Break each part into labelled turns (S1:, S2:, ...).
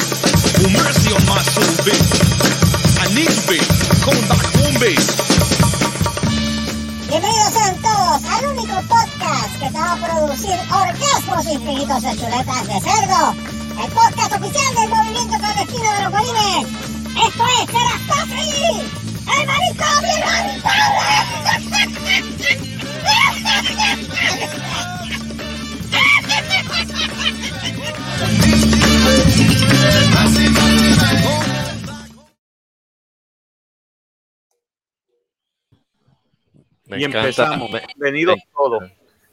S1: Ooh, mercy on my soul, bitch. I need you, bitch. Come back home, bitch.
S2: Bienvenidos sean todos al único podcast que te va a producir orgasmos infinitos de chuletas de cerdo. El podcast oficial del movimiento clandestino de los bolines. Esto es Teras Patri. ¡El maricón de Ronnie
S3: Me
S4: y
S3: encanta,
S4: empezamos.
S3: me-
S4: Bienvenidos
S3: me-
S4: todos.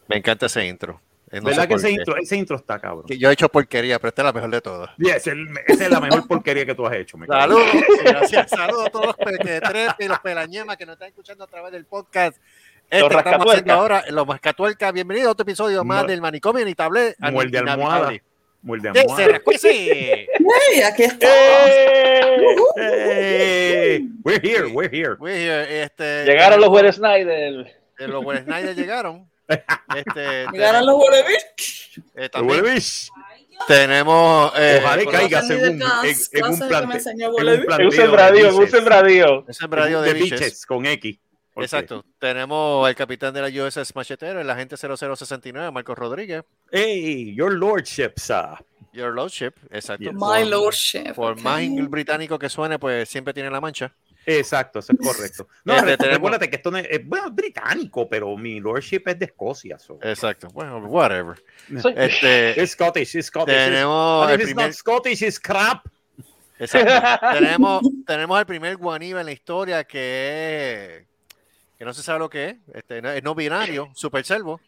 S3: Me encanta ese intro. Eh, no
S4: ¿Verdad
S3: sé
S4: que
S3: por
S4: ese
S3: qué.
S4: intro, ese intro está, cabrón?
S3: Que yo he hecho porquería, pero esta es la mejor de todas.
S4: Y es el- esa es la mejor porquería que tú has hecho. me cago.
S3: Saludos, gracias. Saludos a todos los pequetrepes y los pelañemas que nos están escuchando a través del podcast. Este
S4: Los
S3: que estamos
S4: rascatuercas.
S3: haciendo ahora, los mascatuercas. Bienvenidos a otro episodio más
S4: Mu-
S3: del manicomio inhabitable. Pues
S4: Muerde almohada. Muerde
S3: De
S4: almohada.
S3: Serracuse.
S5: ¡Ey! Aquí estamos.
S6: ¡Eh!
S4: Hey, We're here, we're here.
S3: We're here, este,
S6: Llegaron los Web Snyder.
S3: eh, los Wes Snyder llegaron. Este,
S5: Llegaron los Bolevich.
S3: eh,
S4: The
S3: también
S4: Wolves.
S3: tenemos. eh,
S4: Ojalá y
S3: por-
S4: caiga.
S5: Clase
S4: según-
S5: clase
S4: en- en un
S5: que
S4: plante-
S5: me enseñó
S4: en un
S5: Bolevich.
S4: plan-
S6: En un sembradío, en un sembradío.
S3: Un sembradío de,
S4: The
S3: biches.
S4: Bitches con X. Ok.
S3: Exactero. Tenemos al capitán de la USS Machetero, el agente 0069, Marcos Rodríguez.
S4: Hey, your lordship, sir.
S3: Your Lordship, exacto.
S4: Yes.
S5: My
S3: Por-
S5: Lordship.
S3: Por
S5: ok.
S3: más inglés británico que suene, pues siempre tiene la mancha.
S4: Exacto, eso es correcto. No,
S3: Este,
S4: recu-
S3: tenemos-
S4: recuérdate que esto no es, es- bueno, es británico, pero mi lordship es de Escocia. so.
S3: Exacto. Bueno, whatever.
S6: Soy-
S3: Este,
S4: It's Scottish, it's Scottish. it's-
S3: tenemos
S4: and
S3: el
S4: if it's not
S3: primer,
S4: Scottish, it's crap.
S3: exacto. tenemos, tenemos el primer guaniba en la historia que es- que no se sabe lo que es, este, no, es no binario, super selvo.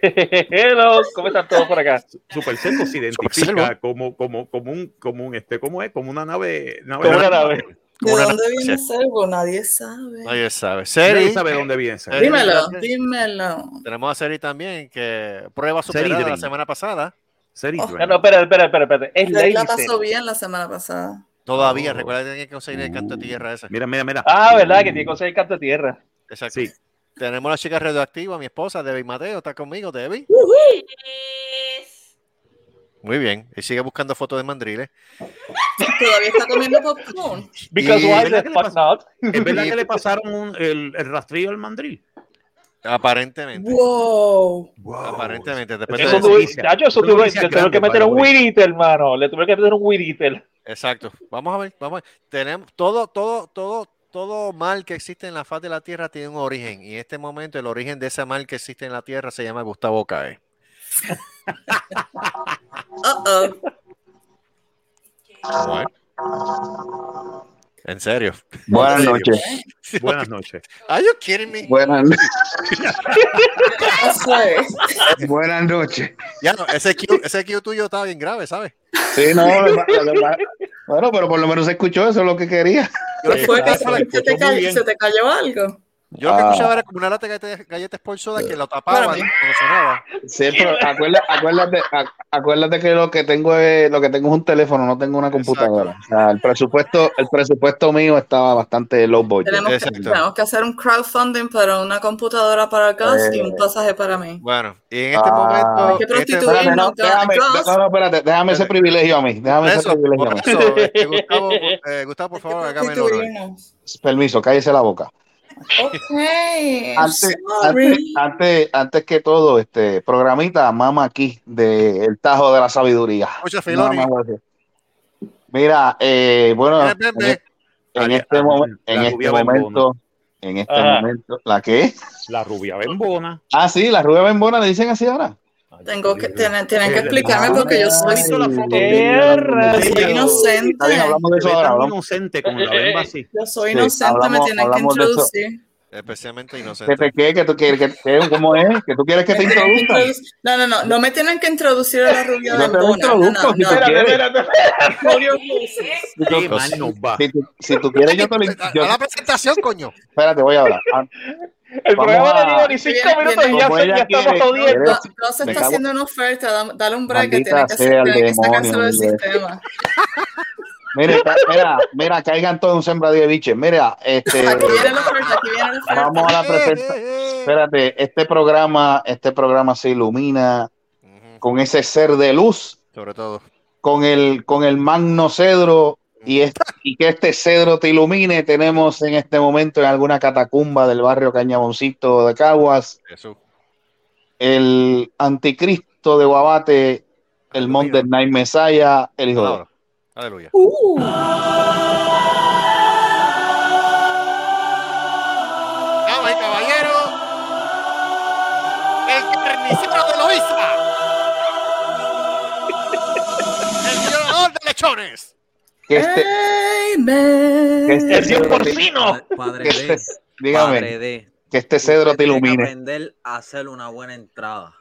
S6: Hello, ¿cómo están todos por acá?
S4: Super Seco se identifica
S3: Selva.
S4: como, como, como un, como un este, ¿cómo es? Como una nave, nave
S6: Como una nave.
S5: ¿De
S3: una
S5: dónde viene
S3: nación.
S5: Servo? Nadie sabe.
S3: Nadie sabe. Seri,
S4: Nadie sabe dónde viene esa.
S3: Seri.
S5: dímelo,
S3: Nadie-
S5: dímelo.
S3: tenemos a Seri también, que prueba
S4: Seri
S3: superada la
S4: Dream.
S3: semana pasada.
S4: Seri
S5: Oh.
S6: No,
S4: Drain.
S6: no, espera, espera, espera. espera. Es
S5: Él
S6: Lady
S5: la pasó
S6: Seri.
S5: bien la semana pasada.
S3: Todavía,
S4: Oh.
S3: recuerda que tiene que conseguir el canto de tierra ese.
S4: Mira, mira, mira.
S6: Ah, ¿verdad? Que tiene que conseguir canto de tierra.
S3: Exacto.
S4: Sí.
S3: Tenemos a la chica radioactiva, mi esposa, Debbie Mateo, está conmigo, Debbie. Muy bien, y sigue buscando fotos de mandriles.
S5: Todavía está comiendo popcorn.
S6: Because
S3: Y-
S6: why
S4: ¿verdad
S6: the
S4: que le
S6: fuck
S4: pasó?
S6: not?
S4: ¿Es verdad que le pasaron un- el, el rastrillo al mandril?
S3: Aparentemente,
S5: Wow.
S3: aparentemente. Después
S6: Eso
S3: de-
S4: tú-
S6: tuve,
S4: noticia.
S6: chacho, eso
S4: Una
S6: tuve,
S4: noticia
S6: le tuvieron
S4: grande,
S6: que meter
S4: by
S6: un
S4: the way.
S6: Winnitel, hermano. Le tuvieron que meter un Winnitel.
S3: Exacto. Vamos a ver, vamos a ver. Tenemos todo, todo, todo, todo mal que existe en la faz de la tierra tiene un origen. Y en este momento, el origen de ese mal que existe en la tierra se llama Gustavo E. Cae.
S5: Uh -oh.
S3: En serio.
S7: Buenas noches.
S4: Buenas noches.
S3: Are you kidding me?
S7: pues, Buenas, no-
S5: Eso es.
S7: buenas noches.
S3: Ya no, ese Q, ese Q tuyo estaba bien grave, ¿sabes?
S7: Sí, no, lo que pa- lo que pa- bueno, pero por lo menos se escuchó, eso es lo que quería.
S3: Yo lo que
S5: ¿Qué fue que
S3: escuchaba-
S5: se, que te
S4: Escuchó muy bien.
S5: cayó, se te cayó algo?
S3: yo lo que
S7: Ah.
S3: escuchaba era como una lata de galletas- galletas por soda que lo tapaban
S5: Espérame.
S3: cuando sonaba.
S7: Sí, pero acuérdate, acuérdate, ac- acuérdate que lo que tengo es lo que tengo es un teléfono, no tengo una computadora. O sea, el presupuesto, el presupuesto mío estaba bastante low budget.
S5: Tenemos que,
S3: Exacto.
S5: tenemos que hacer un crowdfunding para una computadora para Gus y un pasaje para mí.
S3: Bueno, y en este
S7: Ah.
S3: momento.
S5: Qué
S3: este-
S5: prostituir.
S7: Espérate, no,
S5: Tú,
S7: déjame,
S5: Klaus.
S7: no, no, espérate, déjame ese privilegio a mí,
S3: por
S7: déjame ese
S3: eso,
S7: privilegio
S3: por
S7: a mí.
S3: eso, este, Gustavo, eh, Gustavo, por
S5: Hay que
S3: favor, hágame el honor.
S5: prostituirnos.
S7: Permiso, cállese la boca.
S5: Ok. I'm
S7: Antes,
S5: sorry.
S7: antes, antes, antes que todo, este programita Mama aquí de El Tajo de la Sabiduría.
S3: Muchas Filoni.
S7: Nada más gracias. Mira, eh, bueno,
S3: Eh,
S7: en,
S3: ven, ven.
S7: en
S4: Ah,
S7: este,
S4: ah,
S7: momen-
S4: la
S7: en
S4: rubia
S7: este
S4: Bembona.
S7: momento, en este
S6: Ajá.
S7: momento, ¿la qué?
S4: La rubia bembona.
S7: Ah, sí, la rubia Bembona le dicen así ahora.
S5: Tengo que, tienen, tienen que
S4: Ay,
S5: explicarme porque yo soy,
S7: Ay,
S4: visto la foto?
S6: Tierra.
S5: yo soy
S4: Dios.
S5: inocente.
S7: Está bien, hablamos de
S4: Se
S7: eso
S4: ve
S7: ahora.
S4: tan
S7: hablamos.
S4: inocente con la
S6: Eh, eh,
S4: bemba
S6: eh.
S4: así.
S5: Yo soy
S7: Sí,
S5: inocente, me
S7: hablamos-
S5: tienen que
S7: hablamos de eso.
S5: introducir.
S3: Especialmente
S7: Que te
S3: inocente.
S7: quede, que tú quieres que que- ¿cómo es? ¿Que tú quieres que te
S5: Me tienen que
S7: introduzca?
S5: introducir- No, no, no, no me tienen que introducir a la rubia
S7: Yo
S5: de
S7: te lo
S5: Bona. No,
S7: introduzco, si
S5: no,
S7: te-
S5: no.
S6: Espérate,
S7: quieres?
S6: espérate.
S5: For your purposes.
S7: Si
S4: Qué
S7: tú,
S4: mal nos va.
S7: si tú- si tú quieres, yo te lo in-
S3: Eh, A-
S7: yo-
S3: a la presentación, coño.
S7: Espérate, voy ahora. Ah,
S6: El
S7: Vamos
S6: programa
S7: a-
S6: no lleva ni cinco
S5: Bien,
S6: minutos y
S5: bien.
S6: ya,
S7: Como
S6: se-
S7: ella
S6: ya estamos
S7: quiere.
S6: jodiendo.
S7: Pero-
S5: No, no se
S7: Me
S5: está
S7: cago-
S5: haciendo una oferta, dam- dale un break que
S7: Maldita
S5: tiene que,
S7: sea
S5: ser,
S7: el
S5: tiene que sacárselo
S7: demonio,
S5: del
S7: hombre.
S5: sistema.
S7: Mira, está- mira, mira, caigan todos en un sembradío de biches. Mira, este,
S5: Aquí viene la oferta, aquí viene la oferta.
S7: vamos
S3: Eh,
S7: a la
S8: Eh,
S7: presentación. Espérate, este programa, este programa se ilumina
S3: Ujú,
S7: con ese ser de luz
S3: Sobre todo.
S7: con el, con el magno cedro y, es- y que este cedro te ilumine, tenemos en este momento en alguna catacumba del barrio Cañaboncito de Caguas,
S3: Jesús.
S7: el anticristo de Guabate, el Monte Night Messiah, el hijo de...
S3: Ahora. Aleluya. Damas y caballeros, el carnicero de Loíza. El violador de lechones.
S7: Que este,
S8: Ah.
S7: que
S5: Amen.
S7: este
S4: ¡El Dios
S7: cedro te-
S4: porcino!
S8: Padre
S7: que este-
S8: D.
S7: dígame,
S8: Padre D.
S7: que este
S8: usted
S7: cedro te
S8: tiene que
S7: ilumine.
S8: aprender a hacer una buena entrada.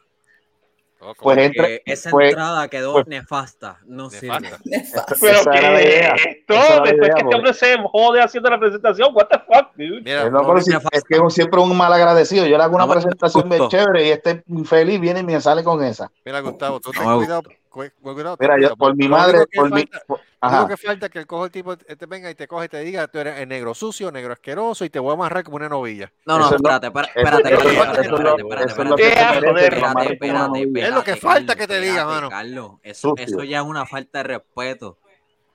S7: Pues entra,
S8: Que esa
S7: pues-
S8: entrada quedó
S7: pues-
S8: nefasta. No sirve.
S3: Nefasta.
S4: Pero
S7: esa era la
S4: que-
S7: idea.
S6: Esto,
S7: Esa era
S6: después
S7: la idea,
S6: que este
S7: porque-
S6: hombre se jode haciendo la presentación, what the fuck, dude.
S3: Mira,
S7: Eh, no, pero si- es que es siempre un mal agradecido. Yo le hago una
S8: No me
S7: presentación bien
S8: gustó.
S7: chévere y este infeliz viene y me sale con esa.
S3: mira, Gustavo, tú ten
S8: No me
S3: cuidado. cu- cu- cuidado, ten
S7: Mira, yo
S3: cuidado,
S7: por
S3: porque
S7: mi
S3: lo
S7: madre,
S3: único que
S7: por mi.
S3: falta-
S7: por-
S3: lo único
S7: Ajá.
S3: que falta es que el cojo el tipo te venga y te coge y te diga, tú eres el negro sucio, negro asqueroso y te voy a amarrar como una novilla.
S8: No,
S7: Eso
S8: no,
S7: no-
S8: espérate, espera-
S7: eso- eso-
S8: espérate, espérate,
S7: eso-
S8: espérate,
S7: eso-
S8: espérate,
S7: eso-
S8: espérate,
S7: eso es
S8: espérate.
S7: lo que se
S6: espérate,
S7: merece,
S6: espérate,
S7: mamá.
S8: Espérate, espérate, espérate,
S3: Es lo que falta que te
S8: espérate,
S3: diga, mano.
S8: Carlos, eso,
S7: Sucio.
S8: eso ya es una falta de respeto.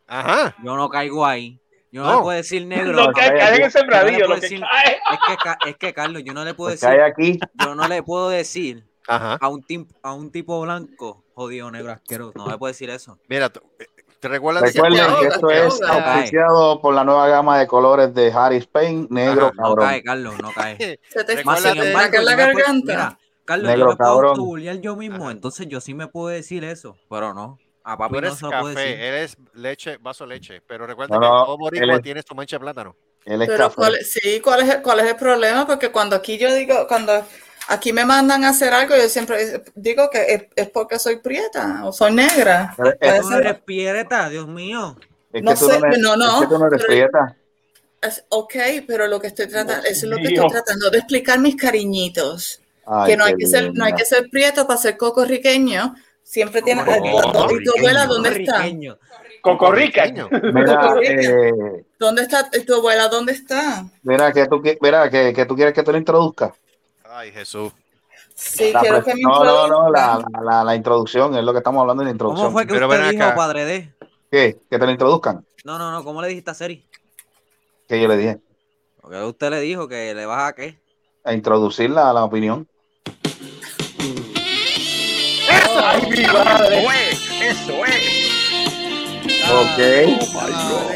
S3: Ajá.
S8: Yo no caigo ahí. Yo no,
S3: No.
S8: le puedo decir negro.
S6: Lo que
S7: a ver,
S6: cae en
S7: yo-
S6: el sembradillo,
S8: yo no
S6: lo
S8: le puedo
S6: que
S8: decir-
S6: cae.
S8: Es que, Ca- es que Carlos, yo no le puedo
S7: Pues
S8: decir,
S7: cae aquí.
S8: yo no le puedo decir
S3: Ajá.
S8: a un, tim- a un tipo blanco, jodido negro asqueroso, no le puedo decir eso.
S3: Mira, tú- eh, te recuerdas de que-
S7: Recuerden que
S5: ahoga,
S7: esto
S5: te
S7: es
S8: ahoga.
S7: auspiciado por la nueva gama de colores de Harris Payne, negro
S3: Ajá,
S8: No
S7: cabrón.
S8: cae, Carlos, no cae.
S5: Se te
S8: Más
S3: Recuerda
S8: sin
S3: que-
S8: embargo,
S5: saca la
S8: yo me puedo-
S5: garganta.
S8: mira, Carlos,
S7: Negro
S8: yo me puedo
S7: cabrón.
S8: autobulear yo mismo, entonces yo sí me puedo decir eso, pero no. A
S3: tú
S8: papi no
S3: eres
S8: se lo puedo decir.
S3: café, eh. eres leche, vaso de leche, pero recuerda
S7: No,
S3: que
S7: no,
S3: todo
S7: él
S3: boricua
S7: es-
S3: tiene su mancha de plátano.
S7: Él es
S5: Pero
S7: café.
S5: cuál, sí, ¿cuál es, el, ¿cuál es el problema? Porque cuando aquí yo digo, cuando aquí me mandan a hacer algo, yo siempre digo que es, es porque soy prieta o soy negra.
S7: Pero
S5: Puede
S7: Es,
S8: Tú
S5: ser.
S8: eres piedreta, Dios mío.
S7: es
S5: no
S7: que tú
S5: sé,
S7: no eres-
S5: no, no,
S7: es que tú no eres
S5: pero-
S7: prieta.
S5: Es- ok, pero lo que estoy tratando, eso es lo que
S6: Dios.
S5: estoy tratando de explicar mis cariñitos.
S7: Ay,
S5: que no hay
S7: qué
S5: que ser, no hay
S7: linda.
S5: que ser prieto para ser cocorriqueño. Siempre tiene.
S8: No,
S5: do- ¿Y tu abuela dónde está?
S8: Puertorriqueño.
S6: Cocorica.
S3: Niño,
S7: Mira, eh,
S5: ¿Dónde está eh, tu abuela? ¿Dónde está?
S7: mira, que tú, qui- mira que, que tú quieres que te lo introduzca.
S3: Ay, Jesús.
S5: Sí,
S7: La
S5: quiero
S7: pre-
S5: que me
S7: no, no, no, la,
S5: introduzcan.
S7: la, la- la introducción, es lo que estamos hablando de la
S8: ¿Cómo
S7: introducción.
S8: fue que
S3: Pero
S8: usted
S3: ven
S8: dijo,
S3: acá.
S8: padre D?
S7: ¿Qué? Que te la introduzcan,
S8: No, no, no, ¿cómo le dijiste a Seri?
S7: que yo le dije,
S8: Porque usted le dijo que le vas a qué.
S7: a introducirla a la opinión.
S4: ¡Ay, mi madre! Eso es, eso es.
S7: Ok. Oh,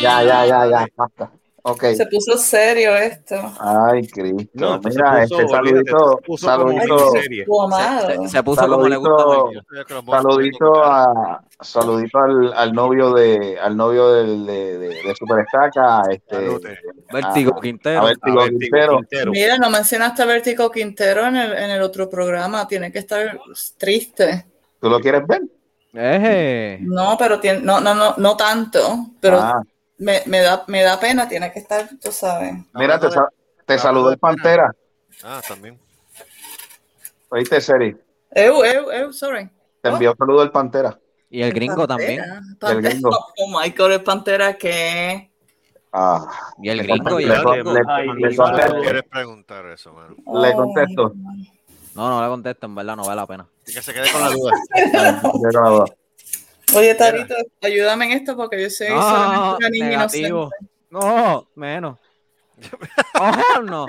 S7: Ya, ya, ya, ya, basta. Ok.
S5: Se puso serio esto.
S7: Ay, Cristo.
S4: No, esto se
S7: mira,
S4: puso,
S7: este
S4: olvídate,
S7: saludito,
S4: esto se puso como
S7: saludito,
S4: en serie.
S5: Tu amado.
S8: Se puso como le gusta a Martín.
S7: saludito a, saludito al, al novio de, al novio del, de, de, de Superestaca, este,
S3: Salute.
S8: Vértigo
S7: a-
S8: Quintero.
S7: a
S4: A
S7: Vértigo
S4: ver, Tigo
S7: Quintero.
S4: Quintero.
S5: Mira, no mencionaste a Vertigo Quintero en el, en el otro programa. Tiene que estar triste.
S7: ¿Tú lo quieres ver?
S9: Eje.
S5: No, pero tiene, no, no, no, no tanto. Pero
S7: Ah,
S5: me, me da, me da pena. Tiene que estar, tú sabes.
S7: mira, te, sa- te
S3: hablando
S7: saludó
S3: de-
S7: el Pantera.
S3: Ah, también.
S7: Oíste, Seri.
S5: Eu, eu, eu, sorry.
S7: Te envió
S5: Oh.
S7: un saludo el Pantera.
S9: Y el gringo también.
S5: Pantera, Pantera.
S7: gringo.
S5: Oh my god, el pantera que.
S7: Ah,
S9: Y el
S7: le
S9: gringo.
S7: contesto,
S9: Y
S7: le,
S9: el
S7: con-
S9: gringo.
S7: le-
S6: Ay,
S7: le
S6: Dios.
S7: contesto,
S3: ¿Quieres preguntar eso, mano?
S7: le
S5: Oh.
S7: contesto.
S9: No, no le contesto, en verdad no vale la pena.
S3: Que se quede con la duda.
S5: Oh.
S7: Yo con la duda.
S5: Oye, Tarito, ayúdame en esto porque yo soy
S9: No,
S5: solamente una niña
S9: negativo.
S5: inocente.
S9: No, menos. Oh, hell no.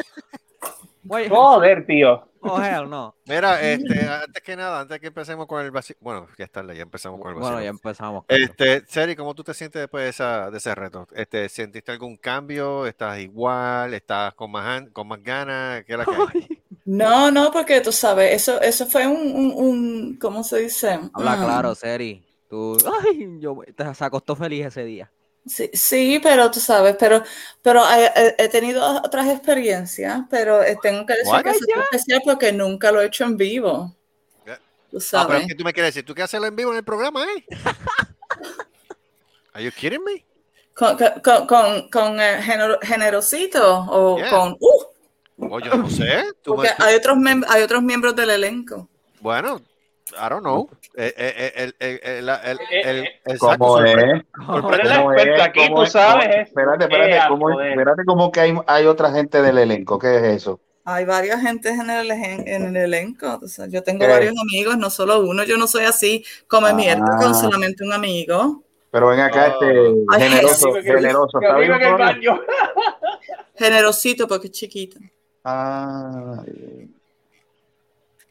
S9: Wait, oh,
S6: Joder, tío.
S9: hell no.
S3: Mira, este, antes que nada, antes que empecemos con el vacío. Bueno, ya está, ya empezamos con el vacío.
S9: Bueno, ya empezamos. Carlos.
S3: Este, Seri, ¿cómo tú te sientes después de, esa, de ese reto? Este, ¿Sentiste algún cambio? ¿Estás igual? ¿Estás con más, an- con más ganas? ¿Qué era que hay?
S5: No, no, porque tú sabes, eso, eso fue un, un, un- ¿cómo se dice?
S9: Habla
S5: Mm,
S9: claro, Seri. Tú, ay, yo te se acostó feliz ese día.
S5: Sí, sí, pero tú sabes, pero, pero he, he- he tenido otras experiencias, pero eh, tengo que decir
S3: What?
S5: que eso fue especial porque nunca lo he hecho en vivo.
S3: Ya.
S5: Tú
S3: Ah, pero es
S5: sabes.
S3: que tú me quieres decir, ¿tú quieres hacerlo en vivo en el programa, eh? ¿Are you kidding me?
S5: Con, con, con, con eh, genero- generosito o
S3: Yeah.
S5: con... ¡Uh!
S3: O Oh, yo no sé. tú me-
S5: Porque hay otros, mem- hay otros miembros del elenco.
S3: Bueno, I don't know. Eh, eh, eh, el- el- el- la- el- el-
S6: Eh,
S3: el saco
S7: ¿Cómo es?
S3: sorpresa.
S6: Tú eres la
S7: ¿Cómo es?
S6: experta aquí,
S7: ¿Cómo
S6: tú
S7: es?
S6: sabes.
S7: Espérate,
S6: Eh,
S7: espérate,
S6: a
S7: ¿cómo es?
S6: joder.
S7: espérate, como que hay, hay otra gente del elenco, ¿qué es eso?
S5: Hay varias gentes en el, elen- en el elenco. O sea, yo tengo
S7: Eh.
S5: varios amigos, no solo uno. Yo no soy así como
S7: Ah.
S5: mierda con solamente un amigo.
S7: Pero ven acá,
S5: Ay,
S6: Oh.
S7: este, generoso,
S6: que-
S7: generoso.
S6: que
S7: ¿Está
S6: vive
S7: bien,
S6: en el
S7: Antonio?
S6: baño.
S5: Generosito porque es chiquito.
S7: Ah, eh.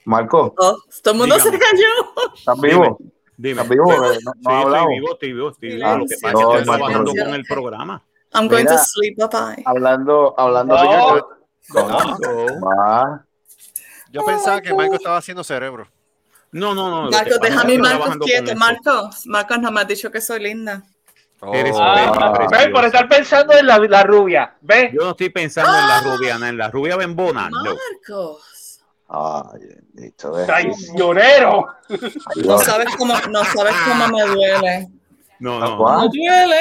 S7: Marco,
S5: Oh, todo el mundo se
S4: Dígame.
S5: cayó.
S7: ¿estás vivo?
S4: Dime.
S7: ¿Estás vivo? Eh, No, no
S4: Sí,
S7: has hablado.
S4: estoy vivo, estoy vivo, estoy vivo.
S5: Ah,
S4: Lo que
S5: sí,
S4: pasa es que
S7: no,
S4: estoy trabajando
S5: Marco.
S4: con el programa.
S5: I'm going to
S7: Mira.
S5: sleep, bye
S7: Hablando, hablando.
S6: No.
S7: Richard,
S4: No,
S7: va.
S3: Yo pensaba que Marco estaba haciendo cerebro.
S4: no, Ah, no. lo que
S5: Marcos,
S4: pasa es
S5: deja a
S4: que
S5: mi
S4: estoy
S5: Marcos
S4: trabajando con
S5: quieto.
S4: esto.
S5: Marcos, Marcos no me has dicho que soy linda.
S4: Eres
S6: Ah,
S4: bella,
S7: ah.
S4: preciosa.
S6: ¿Ves? Por estar pensando en la, la rubia. ¿Ves?
S4: Yo no estoy pensando en la rubia, no, en la rubia bembona. Ah, No.
S5: Ah, Marcos.
S7: Ay, listo, deja.
S6: Traicionero.
S5: No sabes cómo, no sabes cómo me duele.
S4: No,
S7: Ah,
S4: no,
S7: guau.
S4: no.
S5: Me duele.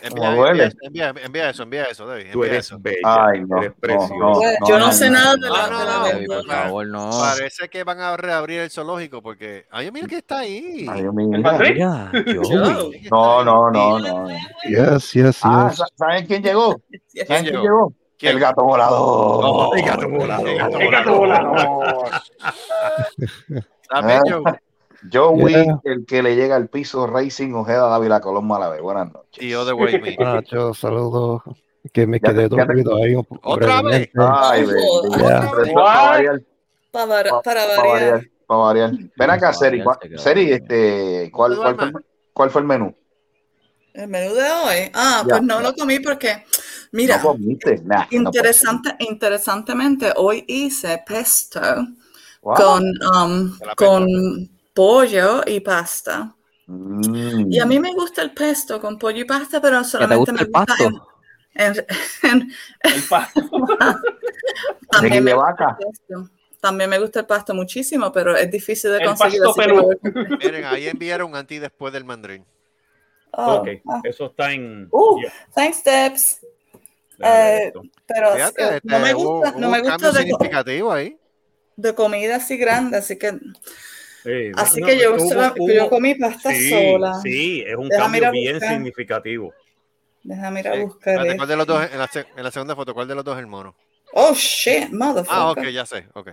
S3: Envía,
S7: duele.
S3: envía- envía- envía eso, envía eso, David.
S4: Tú
S3: envía
S4: eres
S3: eso.
S4: bella.
S7: Ay, no,
S4: Eres
S7: no,
S4: preciosa.
S5: Yo no sé nada de
S4: Ah,
S3: la- No, no, no.
S9: David, por favor, no.
S3: Parece que van a reabrir el zoológico porque. Ay, mira que está ahí.
S7: Ay, Dios mío.
S6: Madrid.
S9: Ya, yo.
S5: Yo.
S3: Mira que
S7: No,
S3: está
S7: no,
S3: ahí.
S7: no, no.
S10: Yes, yes,
S7: Ah,
S10: yes.
S7: sa- ¿saben quién llegó? ¿Saben quién
S3: llegó?
S7: llegó?
S3: ¿Quién?
S7: El gato volador.
S4: El gato volador.
S3: El gato
S6: El gato volador.
S3: También yo.
S7: Joey,
S10: Yeah.
S7: el que le llega al piso Racing Ojeda Dávila Colón Malavé. Buenas noches.
S3: Tío de Wayne.
S10: Ah, yo saludos. Que me
S7: Ya te-
S10: quedé
S7: ya te-
S10: dormido ahí un poco.
S3: ¿Otra vez?
S10: brevemente.
S4: Ah,
S7: Ay,
S5: Ojo.
S7: bendito.
S3: Otra vez.
S7: Para variar,
S5: Para, var- para
S7: para
S5: variar.
S7: variar, para variar. Ven acá,
S9: Para
S7: Seri.
S9: variar,
S7: ¿cuál-
S9: se quedó
S7: Seri,
S9: dormido.
S7: este, ¿cuál, cuál, fue, el- cuál fue el menú?
S5: El menú de hoy. Ah,
S7: Ya.
S5: pues no lo comí porque, mira,
S7: no comiste nada.
S5: interesante, interesantemente, hoy hice pesto
S7: Wow.
S5: con, um,
S3: Se la
S5: con pollo y pasta.
S7: Mm.
S5: Y a mí me gusta el pesto con pollo y pasta, pero
S9: ¿Que te
S5: solamente
S9: gusta
S5: me
S9: el
S5: gusta
S9: pasto?
S5: en- en- en-
S6: El pasto.
S5: también
S7: de
S5: me
S7: vaca.
S5: Pasto. También me gusta el pasto muchísimo, pero es difícil de
S6: El
S5: conseguir.
S6: pasto
S5: así que
S6: Perú.
S5: me voy con-
S3: Miren, ahí enviaron anti después del mandrín.
S5: Oh,
S4: Ok,
S5: ah,
S4: eso está en.
S5: Uh,
S4: Ya,
S5: thanks, Debs.
S4: dale,
S5: eh,
S4: esto.
S5: Pero
S3: Fíjate,
S5: eh,
S3: este,
S5: no me
S3: hubo-
S5: gusta,
S3: hubo
S5: no me
S3: un
S5: gusta
S3: cambio
S5: de, co-
S3: significativo ahí.
S5: de comida así grande, así que,
S4: Eh,
S5: así
S4: no,
S5: que yo,
S4: hubo-
S5: sola-
S4: hubo-
S5: yo comí pasta
S4: sí,
S5: sola.
S4: Sí, es un
S5: Déjame ir a
S4: cambio bien
S5: buscar.
S4: significativo.
S5: Déjame ir
S3: Sí.
S5: a buscar.
S3: Espérate,
S5: esto.
S3: ¿cuál de los dos es- en, la, se- en la segunda foto, ¿cuál de los dos es el mono?
S5: Oh shit, motherfucker.
S3: Ah,
S5: ok,
S3: ok, ya sé. Ok.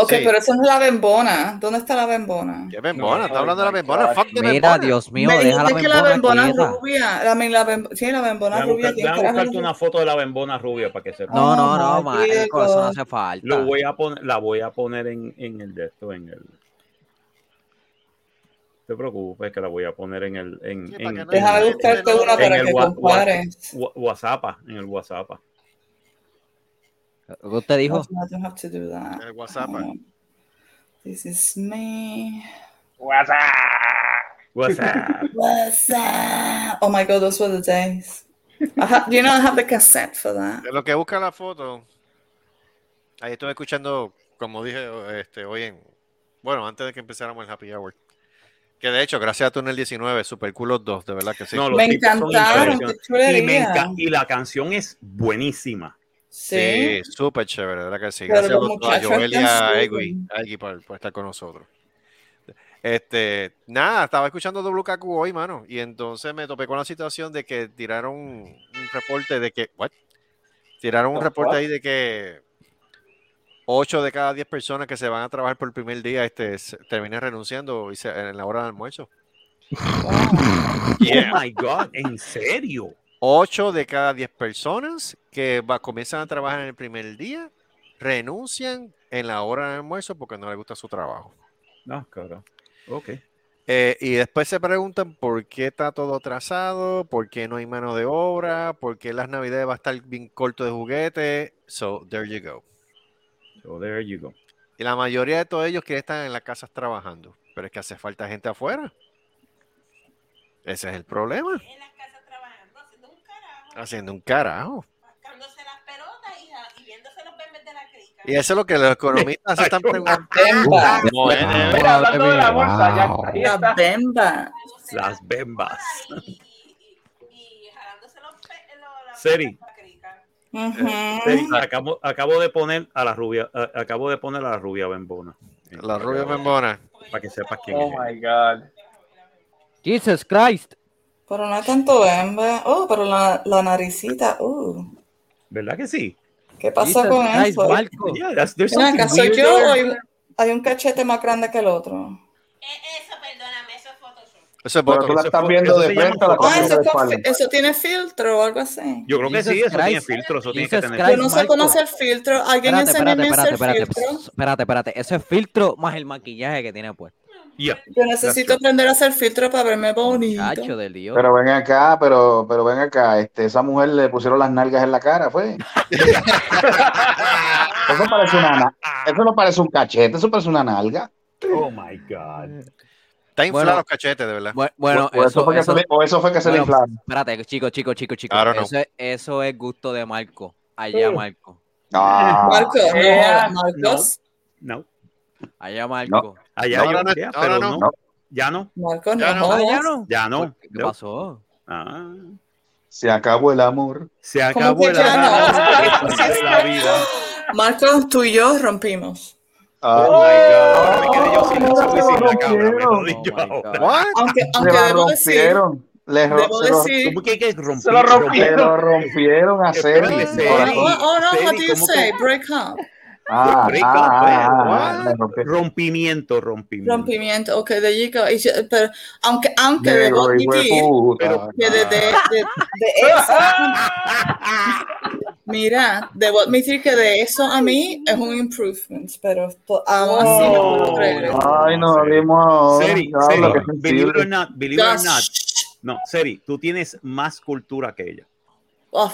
S3: sí.
S5: pero esa es la bembona. ¿Dónde está la bembona?
S3: Qué bembona, está
S6: Oh
S3: hablando de la
S6: my
S3: bembona.
S6: God.
S3: Fuck de
S9: Mira,
S3: bembona.
S9: Dios mío,
S5: Me
S9: deja la
S5: dijiste que la
S9: bembona
S5: bembona
S9: quieta.
S5: rubia. La, la bem- sí, la bembona
S4: Déjame
S5: rubia.
S4: buscar-
S5: ¿quién
S4: déjame
S5: carajo
S4: buscarte
S5: es?
S4: una foto de la bembona rubia para que sepa.
S9: No, no, no,
S5: Ah,
S9: marico, eso no hace falta.
S4: Lo voy a poner, la voy a poner en, en el de esto, en el. No te preocupes que la voy a poner en el en,
S3: Sí, para
S4: en,
S3: que no-
S5: Déjame
S4: en-
S5: buscarte una
S4: en
S5: para
S4: el
S5: que
S4: wa- wa-
S5: compares.
S4: wa- WhatsApp, en el WhatsApp.
S9: ¿Qué usted dijo?
S5: I don't have to do that. Um,
S3: El
S4: eh.
S3: WhatsApp.
S5: This is me.
S6: WhatsApp.
S4: WhatsApp.
S5: What's up? Oh my god, those were the days. I ha- you know, I have the cassette for that.
S3: De lo que busca la foto, ahí estuve escuchando, como dije este, hoy en. Bueno, antes de que empezáramos el happy hour. Que de hecho, gracias a Túnel 19, Super Cool los dos, de verdad que sí.
S4: No, los
S5: Me
S4: tipos son
S5: encantaron, qué
S4: impresionantes. Y, me
S5: chulería.
S4: enca- y la canción es buenísima.
S5: Sí.
S3: sí, súper chévere, de verdad que sí.
S5: Pero
S3: Gracias a,
S5: los
S3: los dos, a
S5: muchachos
S3: Joel y
S5: están
S3: a
S5: súper.
S3: Egui, a Egui por, por estar con nosotros. Este, nada, estaba escuchando WKQ hoy, mano, y entonces me topé con la situación de que tiraron un reporte de que, what? Tiraron un
S6: The
S3: reporte
S6: fuck?
S3: ahí de que 8 de cada 10 personas que se van a trabajar por el primer día este, se- terminan renunciando y se- en la hora del almuerzo.
S4: Oh my God, en serio.
S3: 8 de cada 10 personas que va- comienzan a trabajar en el primer día renuncian en la hora del almuerzo porque no les gusta su trabajo.
S4: No, cara. Ok.
S3: Eh, y después se preguntan por qué está todo atrasado, por qué no hay mano de obra, por qué las navidades va a estar bien corto de juguete. So, there you go.
S4: So there you go.
S3: Y la mayoría de todos ellos quieren estar en las casas trabajando, pero es que hace falta gente afuera. Ese es el problema.
S11: en las casas trabajando, haciendo un carajo,
S3: Haciendo un carajo.
S11: marcándose las pelotas hija, y viéndose los memes de la crica.
S3: Y eso es lo que los economistas se están preguntando.
S5: Bemba.
S3: No, es- es-
S6: Mira, hablando de la bolsa, ya
S10: Wow.
S6: ahí
S5: La
S6: está.
S5: bemba.
S11: Haciéndose
S4: Las bembas.
S11: pelotas Y, y, y, y jalándose los pe- lo- las
S4: Seri.
S11: pelotas de la crica.
S4: Este, Sí,
S5: Ujú.
S4: acabo, acabo de poner a la rubia, a- acabo de poner a la rubia bembona. Eh,
S3: La rubia membona.
S4: Para que sepas quién
S6: Oh
S4: es.
S6: my God.
S9: Jesus Christ.
S5: Pero no es tanto bemba. Oh, pero la, la naricita. Uh.
S4: ¿Verdad que sí?
S5: ¿Qué pasó con eso?
S4: Yeah, that's- there's
S5: Ven
S4: something
S5: acá, ¿Soy
S4: weird
S5: yo
S4: there.
S5: o hay, hay un cachete más grande que el otro?
S3: Eso es
S7: Pero
S3: Botox,
S7: tú
S3: eso
S7: la
S3: es
S7: estás
S3: fo-
S7: viendo
S3: eso
S7: de
S3: se llama
S7: frente a la
S3: Botox.
S5: Ah,
S7: parte de
S5: eso,
S7: la
S5: es con fi-
S7: espalda.
S5: eso tiene filtro o algo así.
S4: Yo creo que sí,
S9: Jesus
S4: eso tiene
S9: Christ.
S4: filtro, eso tiene que
S9: Jesus
S4: tener
S9: Christ.
S5: Yo no sé cómo hacer filtro. ¿Alguien
S9: Espérate, espérate,
S5: enséñame a
S9: espérate,
S5: hacer
S9: espérate,
S5: filtro?
S9: espérate, espérate. Eso es filtro más el maquillaje que tiene puesto.
S4: Yeah,
S5: Yo
S4: that's
S5: necesito
S4: true.
S5: aprender a hacer filtro para verme bonito.
S9: Cacho del Dios.
S7: Pero ven acá, pero, pero ven acá, este, esa mujer le pusieron las nalgas en la cara, fue. eso parece una, na- eso no parece un cachete, eso parece una nalga.
S4: Oh my God.
S3: Está inflado
S9: Bueno.
S3: los cachetes, de verdad.
S9: Bu- Bueno,
S7: o, o pues, eso,
S9: eso,
S7: fue que
S9: eso-
S7: se le, o eso fue que se le
S9: bueno,
S7: inflaron.
S9: Espérate, chicos, chicos, chicos, chicos.
S3: I don't know.
S9: Eso, es- eso es gusto de Marco. Allá, Marco.
S7: Ah,
S5: Marco,
S6: Ah,
S5: no, Marcos,
S4: No.
S9: Allá, Marco.
S4: Allá
S3: No,
S4: yo,
S3: no, no,
S4: yeah,
S3: no,
S4: pero
S3: no,
S4: no.
S7: no.
S4: Ya no.
S5: Marcos, no,
S3: Ya no,
S5: jodas.
S9: Allá no.
S4: Ya no.
S9: ¿Qué pasó?
S4: Ah,
S7: se acabó el amor.
S4: se
S5: ¿Cómo
S4: acabó
S5: que
S4: el
S5: ya
S4: amor.
S5: no?
S4: Se acabó la vida.
S5: Marcos, tú y yo rompimos.
S7: Ah,
S4: Oh my God. Me quedé yo
S5: Oh,
S4: sin eso y sin la cabra. Me
S9: Oh
S4: jodí
S9: my
S4: yo ahora.
S9: God.
S3: What?
S5: Aunque,
S7: se
S5: aunque
S7: la
S5: debo decir,
S7: rompieron. Le ro-
S5: debo
S7: se lo-
S5: decir,
S4: ¿Cómo que hay que romper?
S6: Se lo rompí.
S7: se lo rompieron a
S4: Espérate,
S7: Celi.
S4: Celi.
S7: Por aquí.
S5: oh, oh no, what do you
S4: ¿Cómo que-
S5: say? Break up.
S7: Ah,
S4: Rico,
S7: ah, ah,
S4: pues,
S7: ah, le rompieron.
S4: Rompimiento, rompimiento.
S5: Rompimiento, ok, there you go. Y yo- pero, aunque, aunque debo
S7: Negro, hijo de
S5: admitir
S7: puta.
S4: Pero-
S5: que de, de- de- de esa, mira, debo admitir que de eso a mí es un improvement, pero to- aún así no me lo creo.
S7: Ay, nos
S4: Seri.
S7: abrimos ahora.
S4: Seri,
S7: Ah, Claro,
S4: Seri,
S7: lo que es
S4: believe it or
S7: sensible.
S4: not, believe it or
S5: Just-
S4: not. No, Seri, tú tienes más cultura que ella.
S5: Oh,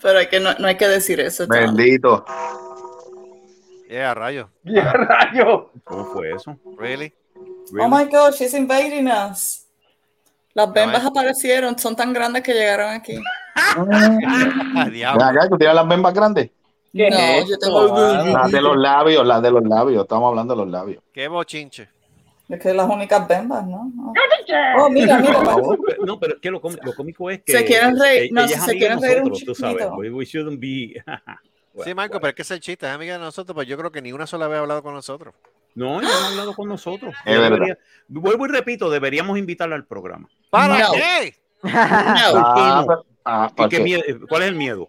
S5: pero hay que, no, no hay que decir eso. chaval.
S7: Bendito.
S3: Yeah, rayo.
S6: ¡Qué rayo!
S4: ¿Cómo fue eso?
S3: Really?
S5: Oh
S4: Really?
S5: my God, she's invading us. Las bembas
S3: es-
S5: aparecieron, son tan grandes que llegaron aquí.
S3: Ah,
S7: Ven
S3: diablo.
S7: acá, tú tienes las bembas grandes.
S6: ¿Qué
S5: no,
S6: es
S5: yo
S6: esto,
S5: tengo.
S6: mano?
S7: Las de los labios, las de los labios. Estamos hablando de los labios.
S3: Qué bochinche.
S5: Es que las únicas bembas, ¿no? No. Oh, mira, mira.
S4: Por
S5: parece-
S4: favor, pero- No, pero es que lo, cómico- lo cómico es que
S5: Se quieren reír,
S4: e-
S5: no,
S4: ella
S5: si
S4: es
S5: se
S4: amiga de
S5: quieren reír un
S4: nosotros, tú sabes.
S5: chiquito.
S4: We, we shouldn't be. Bueno,
S3: Sí, Marco, pero es que ese chiste es amiga de nosotros, pero yo creo que ni una sola vez ha hablado con nosotros.
S4: No, ella no ha hablado con nosotros.
S7: Es
S4: Yo
S7: verdad.
S4: debería- vuelvo y repito, deberíamos invitarla al programa.
S3: ¿Para
S5: No.
S3: qué?
S5: No,
S4: ¿Por qué
S7: Ah,
S4: no?
S7: pero- ah,
S4: ¿Y
S7: ¿por
S4: qué
S7: qué?
S4: miedo- ¿Cuál es el miedo?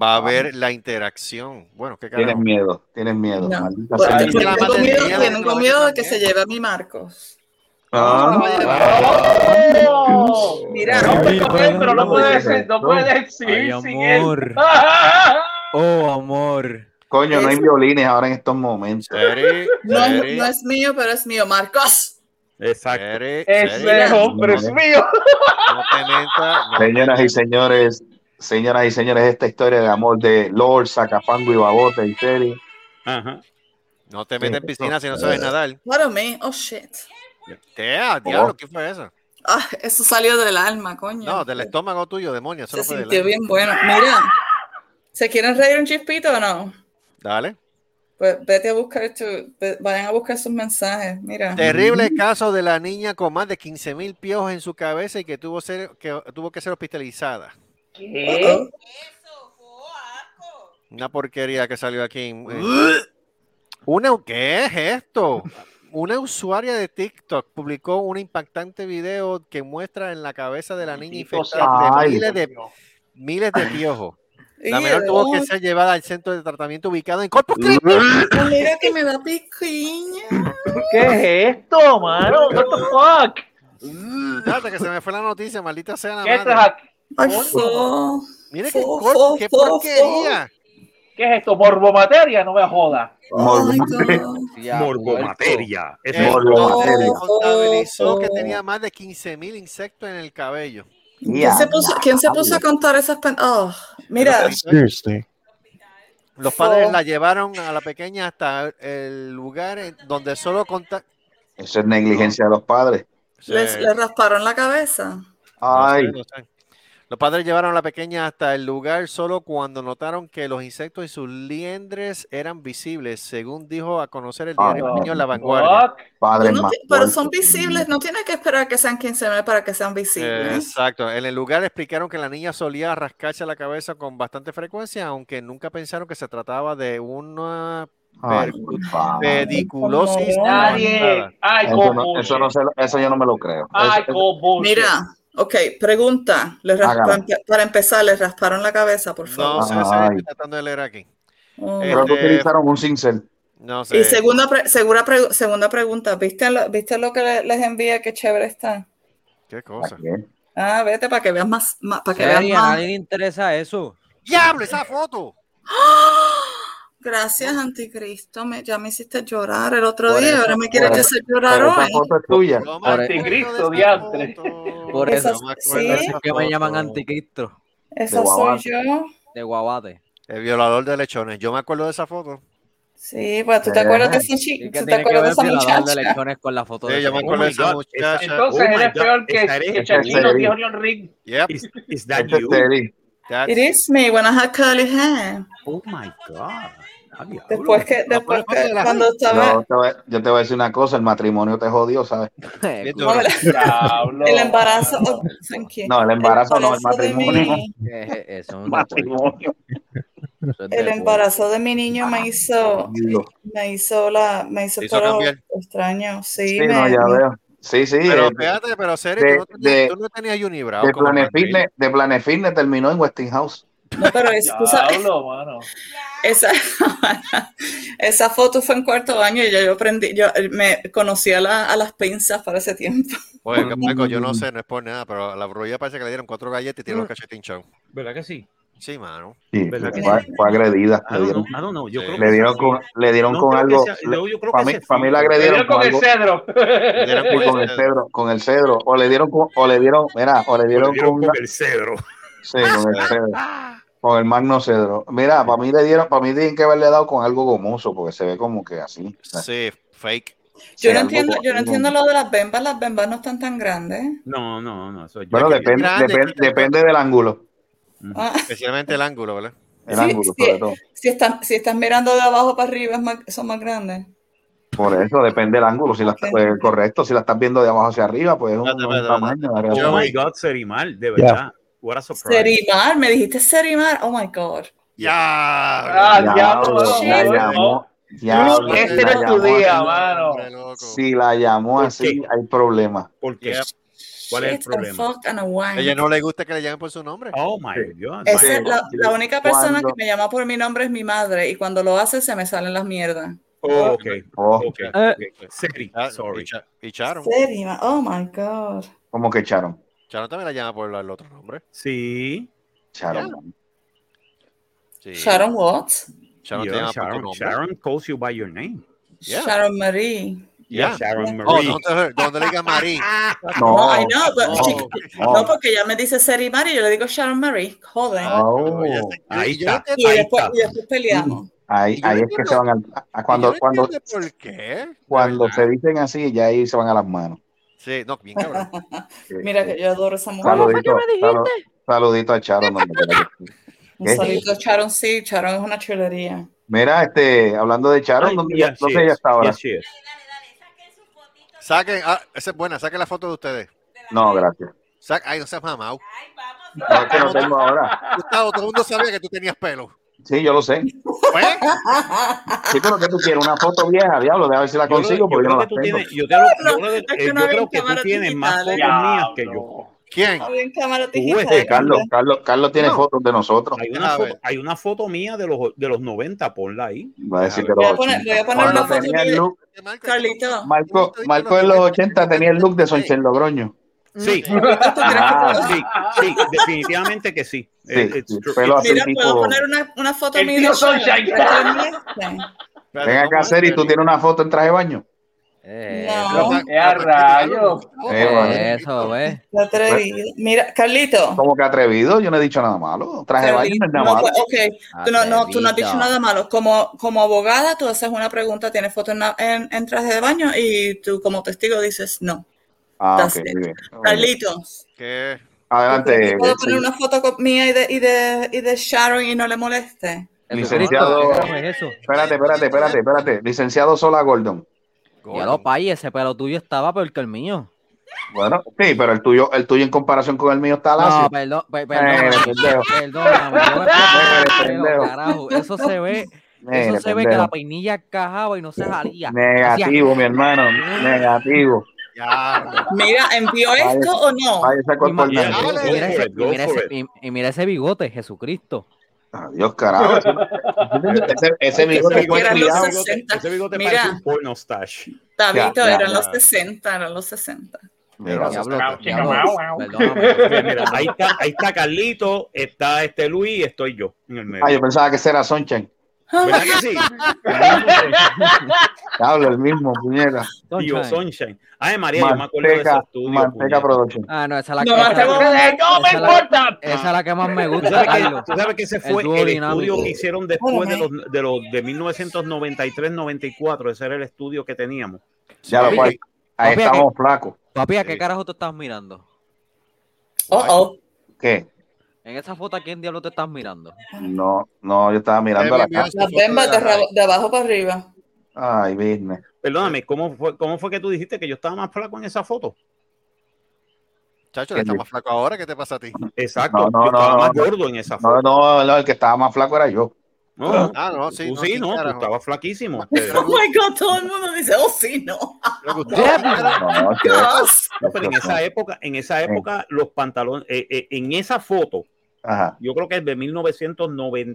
S3: Va a haber la interacción. Bueno, qué
S7: Tienes
S3: carajo.
S7: miedo. Tienes miedo.
S5: No.
S7: Maldita
S5: Porque
S7: sea el
S3: Dios.
S5: tengo
S3: Mira,
S5: miedo,
S3: mira,
S5: tengo
S3: mira,
S5: miedo de
S3: mira.
S5: que se lleve a mi Marcos.
S7: Ah.
S6: ¡Oh!
S5: Mira,
S6: No, pero no puede- pero no
S7: no,
S6: puede
S7: no,
S6: ser, no
S7: no.
S6: puede decir.
S9: Ay,
S6: sin él.
S9: amor. Oh, amor.
S7: Coño, no hay
S5: Eso.
S7: violines ahora en estos momentos.
S3: Seri,
S5: no, es-
S3: Seri,
S5: no es mío, pero es mío, Marcos.
S4: Exacto.
S3: Seri, Seri,
S6: Ese hombre es mío.
S3: no te mientas, no te
S7: Señoras y señores, señoras y señores, esta historia de amor de Lord, Sacafango y Babote y Seri.
S4: Ajá.
S3: No te metas en piscina si no sabes nadar.
S5: What a man. Oh shit.
S3: Te ah,
S5: Oh.
S3: diablo, ¿qué fue eso?
S5: Ah, eso salió del alma, coño.
S3: No, del estómago tuyo, demonio. Eso
S5: Se
S3: no fue
S5: sintió
S3: del
S5: bien bueno. Mira, ¿se quieren reír un chispito o no?
S3: Dale.
S5: Pues vete a buscar tu, ve- vayan a buscar sus mensajes. Mira.
S3: Terrible caso de la niña con más de 15 mil piojos en su cabeza y que tuvo, ser, que tuvo que ser hospitalizada.
S6: ¿Qué?
S5: Uh-oh.
S3: Una porquería que salió aquí. en- en- Una, ¿Qué es esto? Una usuaria de TikTok publicó un impactante video que muestra en la cabeza de la niña infectada de
S7: Ay.
S3: miles de, miles de piojos. La
S5: Y
S3: menor tuvo que
S5: oh,
S3: ser llevada al centro de tratamiento ubicado en Corpus Christi.
S5: Mira que me da piquiña.
S6: ¿Qué es esto, mano? What the fuck?
S3: Espérate, que se me fue la noticia, maldita sea la
S6: ¿Qué es,
S3: Ah, madre.
S5: Ay, fo.
S3: Mira qué,
S5: Fo,
S3: cor-
S5: fo,
S3: qué
S5: fo,
S3: porquería.
S6: ¿Qué es esto? Morbomateria, no me jodas.
S5: Oh my
S7: Morbomateria.
S5: God.
S9: Ya,
S4: Morbo
S9: muerto.
S4: materia. Eso
S3: Entonces,
S4: es-
S7: Morbomateria.
S3: Eh, contabilizó que
S5: Oh.
S3: tenía más de 15.000 insectos en el cabello.
S5: ¿Quién se puso, quién se puso a
S7: Diablo.
S5: contar esas pen- Oh, mira,
S10: Seriously.
S3: Los padres
S5: Oh.
S3: la llevaron a la pequeña hasta el lugar en donde solo conta.
S7: Eso es negligencia de los padres.
S3: Se-
S5: les, le rasparon la cabeza.
S3: no sé,
S7: Ay,
S3: no sé. Los padres llevaron a la pequeña hasta el lugar solo cuando notaron que los insectos y sus liendres eran visibles, según dijo a conocer el diario
S7: Ah,
S3: Niño en La Vanguardia.
S7: Padre
S5: No
S7: más
S5: ti- pero
S7: fuerte.
S5: son visibles, no tienes que esperar que sean 15 mil para que sean visibles.
S3: Exacto. En el lugar explicaron que la niña solía rascarse la cabeza con bastante frecuencia, aunque nunca pensaron que se trataba de una
S7: Ay,
S3: percu-
S7: por favor.
S3: eh, pediculosis.
S6: Nadie. Ay,
S7: Eso, no,
S6: copuche.
S7: eso, no se lo- eso yo no me lo creo.
S6: Ay,
S7: Eso-
S6: copuche.
S5: Mira, ok, pregunta. Les ras-
S7: Hágala.
S5: para, empe- para empezar, les rasparon la cabeza, por
S3: No
S5: favor.
S3: sé, se
S7: Ay.
S3: estoy tratando de leer aquí.
S5: Oh.
S7: creo que
S3: Este,
S7: utilizaron un cincel.
S3: No
S5: Y
S3: sé.
S5: segunda, pre- segura pre- segunda pregunta, ¿viste lo, ¿viste lo que le- les envía? Qué chévere está.
S3: ¿Qué cosa?
S5: Ah, vete para que veas más, más- para que veas
S9: Feli, a
S5: más.
S9: nadie le interesa eso.
S3: ¡Diablo, esa foto!
S5: Gracias, anticristo, me, ya me hiciste llorar el otro
S3: Por
S5: día,
S3: eso-
S5: ahora me quieres
S7: por-
S5: hacer llorar
S7: Pero esa
S5: hoy.
S7: foto es
S3: No
S7: tuya.
S3: me
S9: Por-
S3: acuerdo
S6: Anticristo,
S3: de esa
S6: diantre.
S3: foto.
S9: Por
S5: Esa-
S9: eso,
S3: No me
S9: por
S5: sí.
S3: acuerdo de
S9: eso
S3: esa
S9: es que me
S3: foto.
S9: llaman anticristo
S5: Esa soy
S7: guaguate.
S5: yo.
S9: de Guabate.
S3: El violador de lechones. Yo me acuerdo de esa foto.
S5: Sí, pues tú te
S7: Eh.
S5: acuerdas de esa
S9: ¿Y
S5: chica,
S9: qué
S5: tú te
S9: tiene que
S5: acuerdas
S9: ver
S5: de
S9: el
S5: esa
S9: violador de
S5: muchacha.
S9: elecciones con la foto
S3: Sí,
S9: de
S3: yo me
S9: Feli?
S3: acuerdo
S4: my
S3: de esa
S4: God,
S3: muchacha.
S4: esa-
S6: Entonces
S4: Oh my
S6: eres
S4: God,
S6: peor que,
S4: esa eres-
S6: que
S4: esa
S6: Shaquille
S7: eres.
S6: O'Neal en el ring.
S3: Yep,
S4: Is, is that
S7: Ese es
S4: you?
S7: Terry.
S3: that's-
S5: It is me when I had curly hair.
S4: Oh my God. Ah, diablo.
S5: Después que, después
S3: pero
S5: que
S3: ponte la-
S5: cuando
S7: Yo
S5: estaba
S7: te, voy, yo te voy a decir una cosa, el matrimonio te jodió, ¿sabes?
S3: bien
S9: Qué
S3: duro.
S5: Hola.
S6: Diablo.
S5: el embarazo, oh, thank you.
S7: No, el embarazo no, el
S5: embarazo de
S7: matrimonio.
S5: mi-
S9: es Eh, eso? No,
S7: Matrimonio.
S9: eso es de
S5: el
S9: puta.
S5: embarazo de mi niño me hizo,
S7: Dios.
S5: me hizo la, me hizo,
S3: Te hizo
S5: pero
S3: cambiar.
S5: extraño, sí,
S7: Sí,
S5: me-
S7: no, ya veo. Sí, sí.
S3: Pero
S7: eh,
S3: espérate, pero serio,
S7: de-
S3: tú, no tenías,
S7: de-
S3: tú no tenías unibrow
S7: de,
S3: como
S7: Planet
S3: Brad Pitt.
S7: Fitness, de Planet Fitness terminó en Westinghouse.
S5: no, pero es, tú sabes,
S6: Diablo, mano.
S5: Esa, esa foto fue en cuarto año y yo, yo aprendí, yo eh, me conocí a, la- a las pinzas para ese tiempo.
S3: Oye, que Marco, yo no sé, no es por nada, pero a la brulla parece que le dieron cuatro galletas y tiró
S9: Mm.
S3: el cachetín chao.
S8: ¿Verdad que sí?
S3: Sí, mano.
S7: Sí,
S4: ¿Verdad que
S7: fue,
S4: sí?
S7: fue agredida.
S4: I
S7: Le
S4: don't
S7: dieron,
S4: know, I don't know. Yo
S3: Sí.
S4: creo que
S7: Ah, le dieron
S4: sí.
S7: con, le dieron
S4: pues No
S7: con
S4: creo que
S7: algo.
S4: sea-
S7: le-
S4: no, yo creo
S7: pa'
S4: que
S7: mí-
S4: ese
S7: pa'
S4: fue.
S7: mí la
S6: Le
S7: agredieron.
S6: dieron con el
S7: algo-
S6: cedro.
S3: Le dieron
S7: Sí, con el cedro, con el cedro, o le dieron con, o le dieron, mira, o le
S4: Pero
S7: dieron con, una-
S4: el cedro.
S7: sí, con el cedro, con el magno cedro. Mira, para mí le dieron, para mí tienen que haberle dado con algo gomoso, porque se ve como que así.
S3: Sí, fake.
S5: Yo no
S7: algo
S5: entiendo, yo no
S7: con-
S5: entiendo lo de las bembas, las bembas no están tan grandes.
S4: No, no, no. Eso, yo-
S7: Bueno,
S4: yo-
S7: depende,
S3: grande,
S7: depende,
S3: chico.
S7: depende del ángulo,
S5: Ah,
S3: Especialmente el ángulo, ¿verdad?
S7: el
S5: Sí,
S7: ángulo
S5: sí.
S7: sobre todo.
S5: si, estás, si estás mirando de abajo para arriba es más- son más grandes.
S7: Por eso depende del ángulo, si la, pues, correcto, si la estás viendo de abajo hacia arriba, pues es un,
S3: Espérate,
S7: un
S3: espérate,
S7: tamaño. la realidad.
S4: Oh my God, Serimal, de verdad. What a surprise.
S5: Serimar, me dijiste Serimar, oh my god.
S3: ¡Ya!
S6: Ah,
S7: Ya,
S6: diablo, mano.
S7: bro, la llamó, ya,
S6: Tú,
S7: bro,
S6: este
S7: la
S6: no es tu
S7: llamó
S6: día,
S7: así.
S6: mano.
S3: Hombre, loco.
S7: Si la llamó
S4: ¿Por
S7: así,
S4: qué?
S7: hay problema.
S4: ¿Por qué?
S3: Yep.
S4: ¿Cuál es el
S5: Shit and
S4: problema?
S5: fuck and a wine.
S3: Ella no le gusta que le llamen por su nombre.
S4: Oh my God.
S5: Esa
S4: my
S5: es
S4: God.
S5: la, la única persona
S7: Cuando-
S5: que me llama por mi nombre es mi madre y cuando lo hace se me salen las mierdas.
S4: Oh, ok,
S7: Oh,
S4: ok.
S9: Eh.
S4: ok. Seri,
S3: Ah, Y,
S4: sorry.
S3: Cha- y Charon.
S5: Serimar, oh my god.
S7: como que echaron.
S3: Charon también la llama por el otro nombre.
S4: Sí.
S7: Echaron.
S3: Sí.
S5: Sharon what?
S3: Charon te
S4: Yeah,
S3: llama por tu
S4: Sharon,
S3: nombre.
S4: Sharon calls you by your name.
S3: Yeah.
S5: Sharon Marie.
S3: Yeah.
S4: Sharon
S3: Oh,
S4: Marie.
S3: no, te- ¿dónde le digas Marín?
S7: No,
S5: No, I know, but
S3: no.
S5: she-
S7: no.
S5: no, porque ella me dice Seri Marie y yo le digo Sharon Marie. Joder.
S7: Oh,
S3: Ya está.
S4: ahí
S3: Y yo no
S4: está.
S5: y,
S3: entiendo-
S4: ahí
S5: después,
S4: está.
S5: y después peleamos.
S7: ahí
S3: Y yo
S7: ahí
S3: no
S7: es que
S3: entiendo-
S7: se van al- a, a
S3: y
S7: cuando
S3: yo no
S7: cuando
S3: entiendo ¿Por qué?
S7: cuando se dicen así, ya ahí se van a las manos.
S3: Sí, no, bien cabrón.
S7: Sí.
S5: Mira que yo adoro a esa mujer.
S7: saludito, salu- saludito a Charo. donde quiera que esté.
S5: Un
S7: ¿Qué?
S5: saludo a Sharon, sí, Sharon es una chulería.
S7: Mira, este, hablando de Charo,
S4: Ay,
S7: ¿dónde,
S4: yes,
S7: ya, dónde
S4: she
S7: ella
S4: is,
S7: está ahora?
S4: yes, she is.
S11: Dale, dale, saquen su fotito.
S3: Saquen, ah, esa es buena, saquen la foto de ustedes.
S11: de la-
S7: No, gracias.
S3: Sa- Ay, no seas mamau.
S11: Ay, vamos.
S7: No, es que no tengo ahora.
S3: Gustavo, todo el mundo sabía que tú tenías pelo.
S7: Sí, yo lo sé.
S3: Pues,
S7: Sí, pero que tú quieres una foto vieja, diablo, déjame ver si la
S4: Yo creo-
S7: consigo,
S4: yo
S7: porque yo
S4: creo
S7: no
S4: que
S7: la
S4: tú
S7: tengo.
S4: tienes- yo te lo-
S5: No,
S4: yo creo
S5: es
S4: que-
S5: que
S4: eh,
S5: no
S4: yo
S5: había
S4: creo que tú
S5: cámaras
S4: tienes más fotos
S5: digitales.
S4: mías que yo.
S6: Diablo.
S3: ¿quién?
S5: Estoy en cámara
S7: Sí,
S5: digital.
S7: Eh, este Carlos, Carlos, Carlos tiene fotos de nosotros.
S4: Hay
S3: Deja
S4: una,
S3: ver.
S4: foto, hay una foto mía de los, de los 90, ponla ahí.
S7: Va a decir que
S5: Voy
S7: los
S5: a poner, voy a
S7: 80.
S5: poner
S7: Cuando
S5: una foto
S7: tenía el
S5: de
S7: look,
S5: Carlito.
S7: Marco, Marco en los 80 tenía el look de Sonchen Logroño.
S5: Mm.
S4: Sí,
S5: Carlito, ¿quieres que
S7: Ah,
S5: te-
S4: sí, sí, definitivamente que sí.
S7: Sí,
S4: It- it's
S7: sí,
S4: true.
S7: pelo así
S5: Mira, puedo
S7: tipo-
S5: poner una, una foto
S6: El
S5: mía
S6: tío
S5: de Sharon.
S6: Sunshine.
S5: Estoy en este.
S7: Ven acá, Seri, ¿tú tienes una foto en traje de baño?
S9: Eh,
S5: No.
S6: ¡Qué a rayos!
S7: Eh,
S9: Eso, ¿ves?
S5: Qué atrevido. Mira, Carlito.
S7: Como que atrevido, yo no he dicho nada malo. Traje de baño no es
S5: Carlito,
S7: nada
S5: no,
S7: malo.
S5: pues, ok, tú no, no, tú no has dicho nada malo. Como, como abogada, tú haces una pregunta, tienes foto en, la- en- en traje de baño y tú como testigo dices no.
S7: Ah,
S5: That's
S7: ok,
S5: it.
S7: muy bien.
S5: Carlitos,
S3: ¿Qué?
S7: Adelante.
S5: ¿Puedo poner una foto con- mía y de, y, de, y de Sharon y no le moleste?
S7: Licenciado.
S9: eso?
S7: Espérate, espérate, espérate, espérate. Licenciado Sola Gordon.
S9: Ya lo pay, ese pelo tuyo estaba peor que el mío.
S7: Bueno, sí, pero el tuyo, el tuyo en comparación con el mío está lacio.
S9: No, perdón, pe- perdón,
S7: Ah, Eh, pendejo.
S9: perdóname, yo me
S7: Eh,
S9: puse pelo,
S7: pendejo.
S9: carajo, eso se ve,
S7: Eh,
S9: eso se ve que
S7: pendejo.
S9: la peinilla encajaba y no se salía.
S7: Negativo, mi hermano.
S9: Mm.
S7: Negativo.
S5: Mira, ¿envió
S7: Vaya-
S5: esto o no?
S7: Vaya esa
S9: Y, ma- y
S7: corporalidad.
S9: mira ese, y mira ese- y- y mira ese bigote, Jesucristo.
S7: Dios carajo. Ese, ese bigote
S5: Porque eran los
S7: cuidado.
S5: 60.
S4: Ese bigote
S5: Mira.
S4: parece un porno stash.
S5: Tabito,
S7: Ya, ya,
S5: eran
S7: ya.
S5: los 60, eran los 60.
S7: Mira,
S9: Diablo,
S6: Chao, chica,
S9: diablo,
S6: guau, guau.
S9: perdóname.
S4: Mira, mira, ahí está, ahí está Carlito, está este Luis y estoy yo en el medio.
S7: Ah, yo pensaba que ese era Sunshine.
S4: ¿Verdad que sí?
S7: Hablo el mismo, puñera.
S4: Tío
S9: Sunshine.
S4: Sunshine. Ay, María, yo me acuerdo de ese
S7: Manteca,
S4: estudio.
S7: manteca
S4: puñeta.
S7: production.
S9: Ah, no, esa es la
S5: No,
S9: esa-
S5: hasta luego.
S6: ¡No me
S9: esa la-
S6: importa!
S9: Esa es la que más me
S4: ¿Tú
S9: gusta,
S4: sabes, que,
S9: Carlos.
S4: tú sabes que ese
S9: El
S4: fue el,
S9: dúo dinámico.
S4: estudio que hicieron después de
S5: Bueno,
S4: los, de los de 1993-94. Ese era el estudio que teníamos.
S7: Ya lo
S9: Papi,
S7: cual. Ahí
S9: papi,
S7: estamos flacos.
S9: Papi, ¿a qué
S4: Sí.
S9: carajo tú estás mirando?
S5: Oh, oh.
S7: ¿Qué?
S9: En esa foto, ¿a quién diablo te estás mirando?
S7: No, no, yo estaba mirando la cara.
S5: Las bembas de, ra- de abajo para arriba.
S7: Ay, business.
S4: Perdóname, ¿cómo fue, ¿cómo fue que tú dijiste que yo estaba más flaco en esa foto?
S3: Chacho, le está más flaco ahora. ¿Qué te pasa a ti?
S4: Exacto,
S7: No, no,
S4: yo estaba
S7: no,
S4: más
S7: no.
S4: gordo en esa
S7: No,
S4: foto.
S7: no, no, el que estaba más flaco era yo.
S4: No,
S3: Ah, no, sí.
S4: tú sí,
S3: sí,
S4: no, tú
S3: carajo.
S4: estabas flaquísimo.
S5: Oh my god, todo el mundo dice, oh sí, no.
S3: Le gustaba, era-
S7: No, es que-
S5: Dios.
S4: No, pero en esa época, en esa época, los pantalones, eh, eh, en esa foto,
S7: Ajá,
S4: yo creo que es de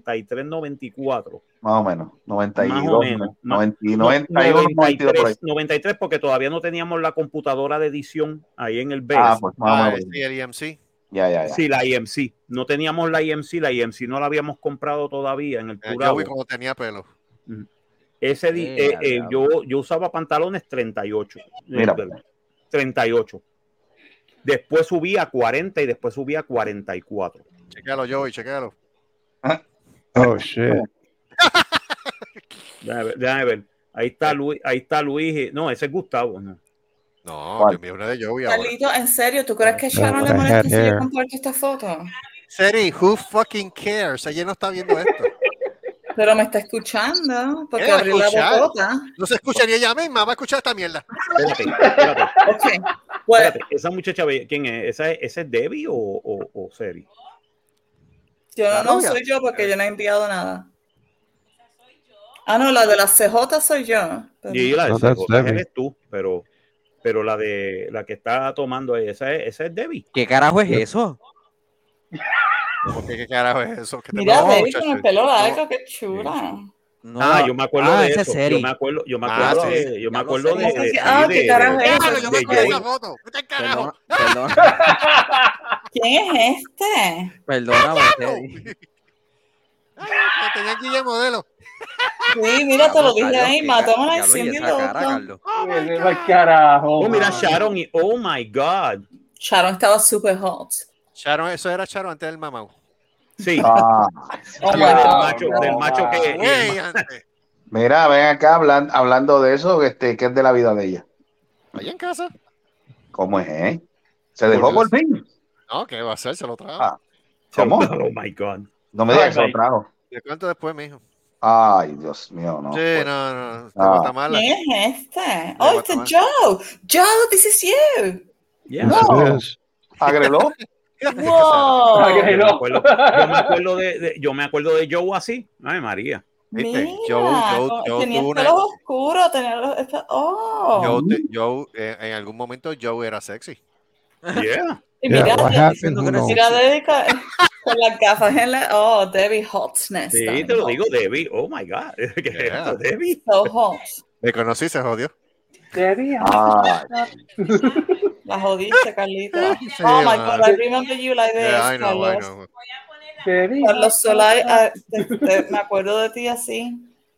S4: 1993-94.
S7: más o menos. 92,
S4: Más o menos, más-
S7: 90,
S4: No,
S7: 91, 92 por ahí.
S4: 93, 93, porque todavía no teníamos la computadora de edición ahí en el BES.
S7: Ah, pues más o
S3: Ah,
S7: menos.
S3: sí, el EMC.
S7: Ya, ya, ya.
S4: Sí, la IMC. No teníamos la IMC, la IMC no la habíamos comprado todavía en el
S3: Eh,
S4: Curabo.
S3: Yo vi cómo tenía pelo.
S4: Ese di-
S9: Eh,
S4: eh,
S9: la
S4: eh,
S9: brava.
S4: yo, yo usaba pantalones 38. eh,
S7: Mira.
S4: 38. Después subí a 40 y después subí a 44.
S3: Chequéalo, Joey, chequéalo.
S10: Oh, shit.
S4: Déjame ver. déjame ver. Ahí está Luis, ahí está Luis. eh, No, ese es Gustavo. No.
S3: No,
S7: ¿Cuál?
S3: te envié una de Joey ahora.
S5: Carlito, en serio, ¿tú crees que Sharon le
S10: I had
S5: molesta si yo
S10: hair.
S5: comparto esta foto?
S3: Seri, who fucking cares? Ayer no está viendo esto.
S5: Pero me está escuchando, porque
S3: Ella va a
S5: abrí la
S3: escuchar.
S5: bocota.
S3: No se escucha ni ella misma, va a escuchar esta mierda.
S4: Espérate, espérate,
S5: Ok. pues, Bueno,
S4: espérate. Esa muchacha, bella- ¿quién es? ¿Esa es, esa es Debbie o, o, o Seri?
S5: yo
S3: La
S5: no
S3: novia.
S5: soy yo porque yo no he enviado nada. Ah, no, la de las CJ soy yo. Pero-
S4: Y la de
S10: No, that's
S4: Sargota,
S10: Debbie.
S4: eres tú, pero, pero la de la que está tomando ahí, esa es, esa es Debbie.
S9: ¿Qué carajo es eso?
S3: Porque qué carajo es eso. ¿Qué te
S5: Mira,
S3: pasa,
S5: Debbie
S3: muchacho?
S5: con el pelo
S3: No,
S5: largo, qué chula.
S9: No,
S4: ah, yo me acuerdo
S9: ah,
S4: de
S9: ese
S4: eso.
S9: Seri.
S4: Yo me acuerdo, yo me
S3: Ah,
S4: acuerdo
S3: sí.
S4: de, yo me
S9: Ya lo
S4: acuerdo
S9: sé.
S4: de, de-
S5: Ah,
S4: sí,
S5: qué
S4: de-
S5: carajo
S4: de-
S5: es
S3: Claro, yo me
S4: de
S3: acuerdo de esa
S4: Joey.
S3: foto. Vete al carajo.
S9: Perdona- perdona-
S5: ¿Quién es este?
S9: perdóname, Seri.
S3: Ay, que tenía aquí de modelo.
S5: Sí, mira, te lo
S9: Carlos,
S5: dije
S9: Carlos,
S5: ahí,
S9: qué
S5: matamos
S9: ca-
S5: la
S9: diablo, y
S5: incendio y
S9: esa
S5: lo
S9: cara,
S5: otro.
S9: Carlos.
S6: Vete pa'l carajo.
S4: Oh, mira
S6: mano.
S4: Sharon y oh my God.
S5: Sharon estaba super hot.
S3: Sharon, eso era Sharon antes del mamau.
S4: Sí,
S7: Ah,
S5: Oh my
S4: del
S5: God.
S4: macho, del macho que
S3: Güey, antes.
S7: mira, ven acá hablan- hablando de eso, este, que es de la vida de ella.
S3: Allá en casa.
S7: ¿Cómo es, eh? ¿Se dejó
S4: Pues,
S7: por fin?
S3: No, ¿qué va a hacer? Se lo trajo.
S7: Ah. ¿Cómo?
S4: Oh my God.
S7: No me digas que se
S6: Ay,
S7: lo trajo.
S3: Te cuento después, mijo.
S7: Ay, Dios mío, no.
S3: sí, no, no. De
S7: Ah.
S3: Guatemala.
S5: ¿Quién es este? Oh, este
S3: Guatemala.
S5: Joe. Joe, this is you.
S4: Yeah.
S10: Yes, it is.
S7: Agreló.
S5: Wow.
S4: Yo me
S6: Agreló.
S4: acuerdo, yo me acuerdo de, de- yo me acuerdo de Joe así. Ay, María.
S3: ¿Viste?
S5: Mira,
S3: Joe- Joe-
S5: oh,
S3: Joe
S5: tenía
S3: tuvo
S5: el
S3: una-
S5: pelo oscuro, tenía los... este- Oh.
S3: Joe, te- Joe, eh, en algún momento Joe era sexy.
S4: Yeah.
S5: y mira,
S10: Yeah, what
S5: Debbie,
S10: happened?
S5: diciendo
S10: Who
S5: que no-
S10: knows?
S5: mira, Debbie con, con las gafas en la... Oh, Debbie hotness.
S4: Sí,
S5: darling,
S4: te lo
S5: hot.
S4: digo, Debbie. Oh my God. ¿Qué es
S3: Yeah.
S4: esto, Debbie?
S5: So hot.
S3: Me conocí, se jodió.
S6: Debbie, ah.
S7: Ay,
S5: La jodiste, Carlito.
S3: Sí,
S5: oh my
S3: man.
S5: God, I remember you like this,
S3: Yeah, I know, I
S5: Carlos.
S3: know.
S6: Debbie.
S5: Carlos Solá, ah, te- te- me acuerdo de ti así.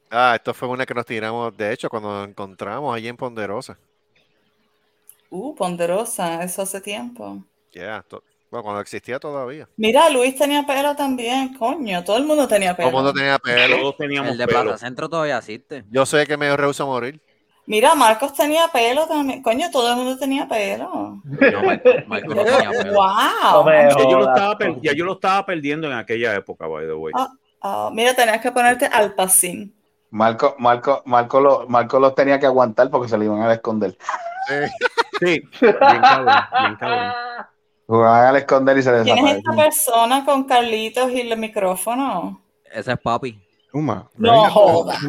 S3: Ah, esto fue una que nos tiramos, de hecho, cuando nos encontramos allí en Ponderosa.
S5: Uh, ponderosa, eso hace tiempo.
S3: Yeah, to- bueno, cuando existía todavía.
S5: Mira, Luis tenía pelo también, coño, todo el mundo tenía
S3: Todo
S5: pelo.
S3: el mundo tenía pelo.
S4: Todos teníamos
S9: El de
S4: pelo.
S9: Plaza Centro todavía existe.
S3: Yo sé que me rehúso a morir.
S5: Mira, Marcos tenía pelo también. Coño, todo el mundo tenía pelo.
S4: Yo, Michael- Michael no tenía pelo.
S5: Wow.
S4: Ya yo, lo estaba per- ya yo lo estaba perdiendo en aquella época, by the way.
S5: Ah, ah, mira, tenías que ponerte al pasín.
S7: Marco, Marco, Marco, lo, Marco los tenía que aguantar porque se le iban a esconder.
S4: Sí, bien cabrón, bien cabrón.
S7: Lo iban a esconder y se les
S5: ¿Quién es esta
S7: desapareció.
S5: persona con Carlitos y el micrófono?
S9: Ese es papi.
S10: Uma.
S5: No jodas.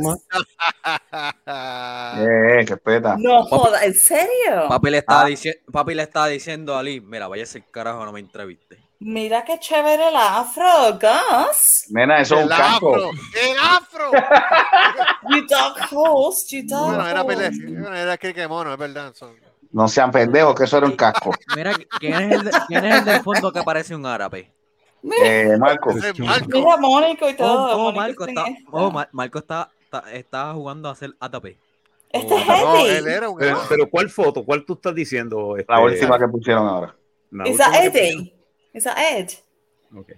S7: Eh, qué peta.
S5: No jodas, ¿en serio?
S9: Papi le, está
S7: Ah.
S9: dici- papi le está diciendo a Ali, mira, vaya el carajo, no me entreviste.
S5: Mira qué chévere el afro, Gus.
S7: Nena, eso es un
S9: El
S7: casco.
S9: afro.
S3: ¡El afro!
S5: You dog host, you dog
S3: Bueno, era
S5: host.
S3: pelea. Bueno, era que que mono, es verdad. son-
S7: No sean pendejos, que eso era un casco.
S9: Mira, ¿quién es el, de- quién es el del fondo que parece un árabe?
S7: Eh, Marco.
S3: Ese es Marco.
S5: Mira, Mónico y todo.
S9: Oh, oh,
S5: Mónico
S9: Marco
S5: está
S9: está,
S5: en esta.
S9: oh, Mar- Marco está, está, está jugando a hacer ATP.
S5: Este es
S3: No,
S5: Eddie.
S3: él era un
S4: Pero,
S3: árabe.
S4: pero ¿cuál foto? ¿Cuál tú estás diciendo? este,
S7: La última que pusieron ahora.
S4: la
S5: Is
S4: última
S5: that
S4: que-
S5: Eddie? Is that Ed?
S4: Ok.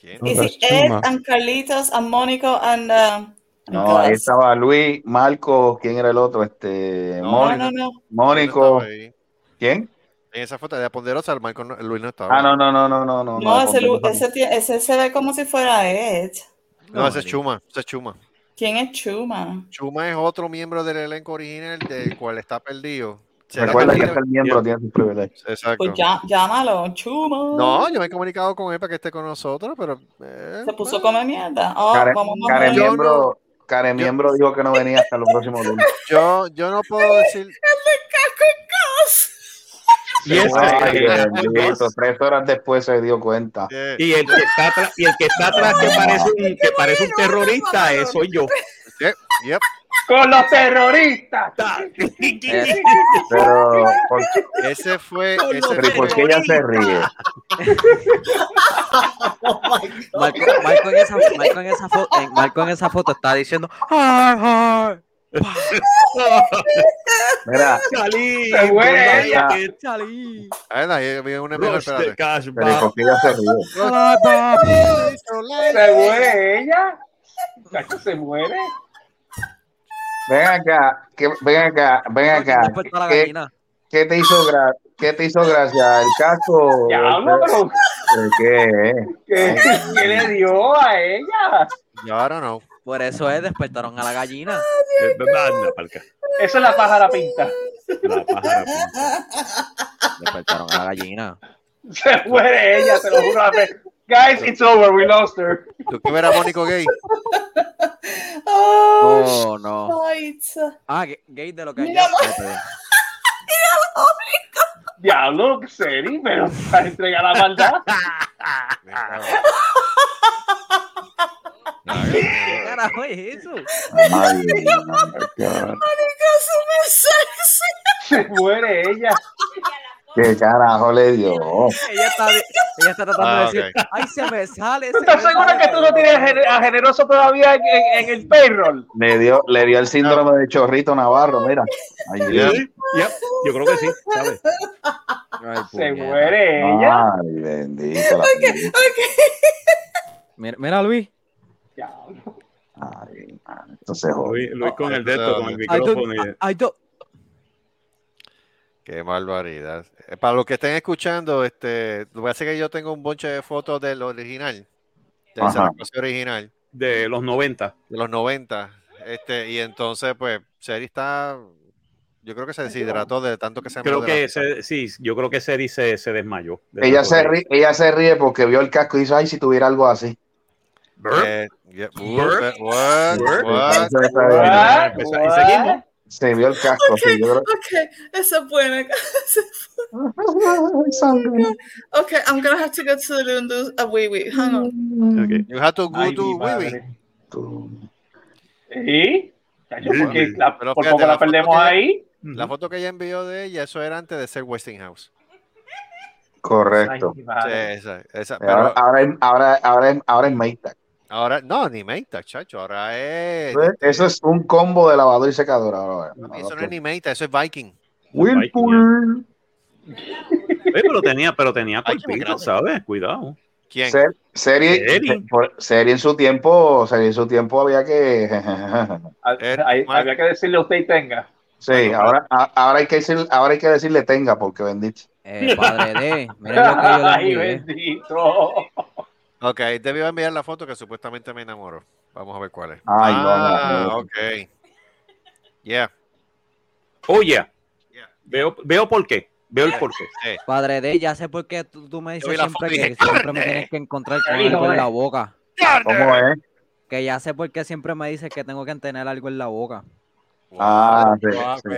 S3: ¿Quién?
S10: No,
S5: Is
S10: that's
S5: it Ed
S10: Chuma.
S5: and Carlitos and Mónico and, um, and
S7: No, ahí
S5: Gus?
S7: estaba Luis, Marco, ¿quién era el otro? Este,
S3: No,
S5: No,
S7: Mónico,
S5: no, no.
S3: Yo no
S7: Mónico,
S3: estaba ahí.
S7: ¿quién?
S3: En esa foto de Ponderosa, el Marco no- el Luis no estaba.
S7: Ah, no, no, no, no, no, no.
S5: No, ese, lu-
S7: no,
S5: ese, tie- ese se ve como si fuera Ed.
S3: No, ese es Chuma, ese es Chuma.
S5: ¿Quién es Chuma?
S3: Chuma es otro miembro del elenco original del cual está perdido. ¿Será
S7: Recuerda que
S3: Carlito?
S7: es el miembro, tiene sus privilegios.
S3: Exacto.
S5: Pues ya- llámalo, Chuma.
S3: No, yo me he comunicado con él para que esté con nosotros, pero. eh,
S5: Se puso
S3: bueno.
S5: como mierda. Oh,
S7: Karen,
S5: vamos a
S7: Karen
S5: morir.
S3: yo
S7: miembro, Karen miembro dijo que no venía hasta los próximos lunes.
S3: Yo, yo no puedo decir.
S4: Y, ese-
S7: Ay, bendito, tres horas después se dio cuenta.
S3: que-
S4: y el que está atrás, y el que está atrás que parece un, que parece un terrorista, eh, soy yo.
S3: Yep, yep.
S6: Con los terroristas.
S7: Eh, pero, ¿por,
S3: Ese fue. Ese
S7: pero
S3: fue
S7: ¿y por qué ella se ríe?
S9: Marco, Marco en esa, Marco, en esa foto, Marco en esa foto está diciendo, "Ah, "Ay, ay,
S7: Mira,
S4: Salí.
S6: Se muere
S7: ella.
S4: Roasted
S9: salí.
S3: A ver, ahí viene una mierda, espérate.
S4: cash
S7: pero ¿y
S4: bar.
S7: por qué ella se ríe?
S9: Ay, papi".
S6: ¿Se muere ella? Cacho, ¿Se muere?
S7: Ven acá, que, ven acá, ven acá.
S9: Despertó la
S7: ¿Qué-
S9: gallina.
S7: ¿Qué te hizo, gra- qué te hizo gracia? ¿El casco?
S6: Ya hablo, pero
S7: ¿El qué?
S6: ¿qué, qué le dio a ella?
S3: Yo ahora no.
S9: Por eso es, despertaron a la gallina.
S4: Eh, anda, palca.
S6: Eso es la pájara pinta.
S4: La pájara pinta.
S9: Despertaron a la gallina.
S6: Se muere ella, se lo juro. a fe- Guys, it's over, we lost her.
S3: Tú que ver a Mónico Gay.
S5: Oh,
S9: No, no.
S5: shit.
S9: Ah, Ga- gay de lo que
S5: Mira,
S9: allá. Ay, perdón.
S6: Diablo, Seri, pero para entregar la maldad.
S9: ¿Qué carajo es eso?
S7: Ay, my God.
S6: Se muere ella.
S7: ¿Qué carajo le dio?
S9: Ella está, ella está tratando
S3: Ah,
S9: de decir, ay, se me sale.
S6: ¿Tú estás segura que tú no tienes a Gener- a generoso todavía en, en- en el payroll?
S7: Le dio, le dio el síndrome de Chorrito Navarro, mira. Ay, Dios.
S4: Sí, yep, yo creo que sí, ¿sabes?
S6: Se muere ella.
S7: Ay, bendito. la vida.
S9: Mira, mira, Luis.
S6: Diablo.
S7: Ay, man, esto se jode.
S4: Luis, Luis con el dedo, con el
S9: I don't-
S4: micrófono. y-
S9: I don't-
S3: Qué barbaridad. Eh, Para los que estén escuchando, este, lo que pasa es que yo tengo un bonche de fotos del original, del
S7: Ajá.
S3: Zaragoza original,
S4: De los 90.
S3: de los 90. Este, y entonces, pues, Seri está, yo creo que se deshidrató de tanto que se
S4: Creo
S3: de
S4: que
S3: la-
S4: ese, sí, yo creo que ese dice se desmayó. De
S7: Ella
S4: tanto
S7: se,
S4: que-
S7: ríe, ella se ríe porque vio el casco y dice, ay, si tuviera algo así.
S3: Eh, yeah, uh, eh, what, what?
S7: Entonces, esta
S4: Bueno,
S7: vez,
S4: vamos a empezar. Y seguimos.
S7: Se vio el casco. se vio el-
S5: Ok, esa es buena. ok, I'm gonna have to go to the loo and do a wee wee. Hang on.
S4: Ok.
S3: You have to go
S6: Ay,
S3: to
S6: mi
S3: Wiwi.
S6: madre. ¿Sí? Cacho,
S4: Sí,
S6: porque
S4: sí.
S6: la-
S3: Pero
S6: por
S3: fíjate,
S6: poco
S3: la
S6: la
S3: foto
S6: perdemos
S3: que-
S6: ahí.
S3: La foto que ella envió de ella, eso era antes de ser Westinghouse.
S6: Ay,
S7: Correcto. Eh,
S6: mi
S3: Sí,
S6: madre.
S3: esa, esa,
S7: ahora, ah.
S3: pero
S7: ahora, es- ahora, ahora, es- ahora es Maytag.
S3: ahora, no, ni Meita, chacho, ahora es...
S7: Eso es un combo de lavador y secadora. ahora.
S3: Eso no es ni Meita, eso es Viking.
S7: Whirlpool.
S4: Eh, pero tenía, pero tenía
S3: Ay, qué
S4: culpito,
S3: grande.
S4: ¿sabes? Cuidado.
S3: ¿Quién?
S7: Ser- serie,
S4: Serie.
S7: por- serie en su tiempo, serie en su tiempo había que.
S6: Ah,
S3: Eh,
S6: ahí-
S3: madre.
S6: Había que decirle a usted y tenga.
S7: Sí, ahora, a- ahora, hay que decir- ahora hay que decirle tenga, porque bendito.
S9: Eh, padre de.
S3: mira lo que yo ¿eh? le envié.
S6: Ay, bendito.
S3: Ok, debió enviar la foto que supuestamente me enamoro. Vamos a ver cuál es.
S7: Ay, no,
S3: ah,
S7: no, no.
S3: ok. Yeah.
S4: Oye, Veo, veo por qué. Veo el por qué.
S9: Padre de, ya sé por qué tú, tú me dices
S4: vi la
S9: siempre
S4: foto y
S9: que
S4: dije,
S9: siempre me
S4: "Carne".
S9: tienes que encontrar con
S4: Hijo
S9: algo
S4: de-
S9: en la boca.
S7: ¿Cómo es?
S9: Que ya sé por qué siempre me dices que tengo que tener algo en la boca.
S7: Ah, sí. sí.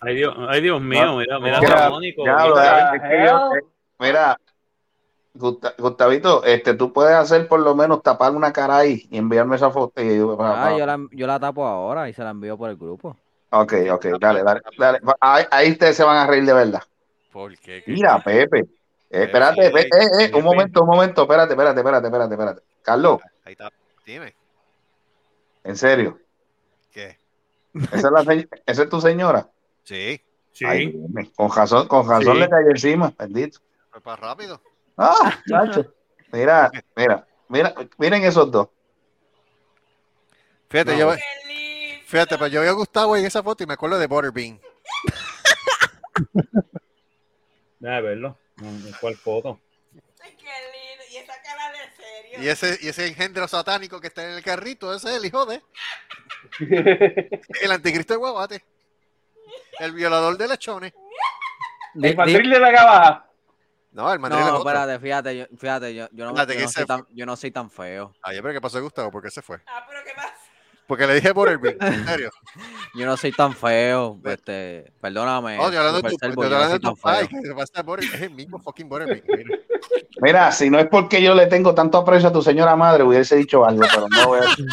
S12: Ay, Dios, ay, Dios mío, mira, mira,
S7: Mira,
S12: Mónico,
S7: ya,
S12: mira.
S7: bro, es que yo- eh, mira, Gusta- Gustavito, este, tú puedes hacer por lo menos tapar una cara ahí y enviarme esa foto. eh, Y,
S9: Ah, yo la, yo la tapo ahora y se la envío por el grupo.
S7: Ok, ok, dale, dale, dale. Ahí, ahí ustedes se van a reír de verdad.
S3: ¿Por qué?
S7: Mira, Pepe. Eh, espérate, Pepe, eh, eh, un momento, un momento, espérate, espérate, espérate, espérate, espérate. Carlos,
S3: Ahí está. Dime.
S7: en serio,
S3: ¿Qué?
S7: esa es, la se- esa es tu señora.
S3: Sí.
S7: Ay, dime, con razón, con razón
S3: Sí.
S7: le cayó encima, bendito.
S3: Pues para rápido.
S7: Ah, chacho. Mira, mira, mira, miren esos dos.
S3: Fíjate, yo. Fíjate, pero yo veo a Gustavo en esa foto y me acuerdo de Butterbean.
S12: Déjame verlo. ¿Cuál foto?
S3: Y ese, y ese engendro satánico que está en el carrito, ese es el hijo de. El anticristo de Guabate. El violador de lechones.
S9: Di-
S6: El Madrid de la gabaja.
S3: No, el Madrid
S9: No,
S3: es otro.
S9: espérate, fíjate, yo, fíjate, yo, yo no,
S3: Espérate,
S9: yo
S3: que
S9: no soy
S3: se
S9: tan, yo no soy tan feo.
S3: Ayer, pero ¿qué pasó, Gustavo? ¿Por qué se fue? Ah, pero ¿qué pasa? Porque le dije Butterbean, en serio.
S9: Yo no soy tan feo. Este, perdóname.
S3: No, yo Oh, hablando de
S9: Super
S3: tu,
S9: Servo,
S3: yo
S9: yo no
S3: hablando
S9: soy
S3: de tu
S9: tan
S3: pai,
S9: feo.
S3: que se pasa Butter- es el mismo fucking Butterbean. mira.
S7: Mira, si no es porque yo le tengo tanto aprecio a tu señora madre, hubiese dicho algo, pero no voy a decir.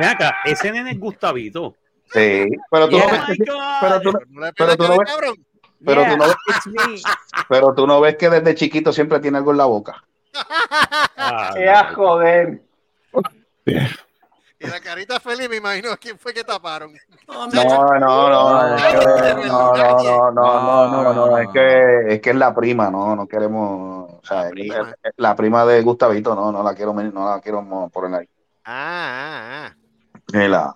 S12: Ven acá, ese nene es Gustavito.
S7: Sí, pero tú
S12: Yeah.
S7: no ves
S12: Oh my
S7: que- pero tú no-
S3: le pelas cara
S7: pero tú no
S3: de
S7: ves-
S3: cabrón.
S7: pero tú no ves-
S12: me.
S7: pero tú no ves que desde chiquito siempre tiene algo en la boca.
S4: Ah,
S6: Qué asco de él.
S3: Y la carita feliz, me imagino, ¿quién fue que taparon?
S7: No, no, no, no, no, no, no, no, no, no, no, es que es que es la prima, no, no queremos, o sea, es- es- es la prima, de Gustavito, no, no la quiero, men- no la quiero mo- poner ahí.
S3: Ah, ah,
S7: Es la-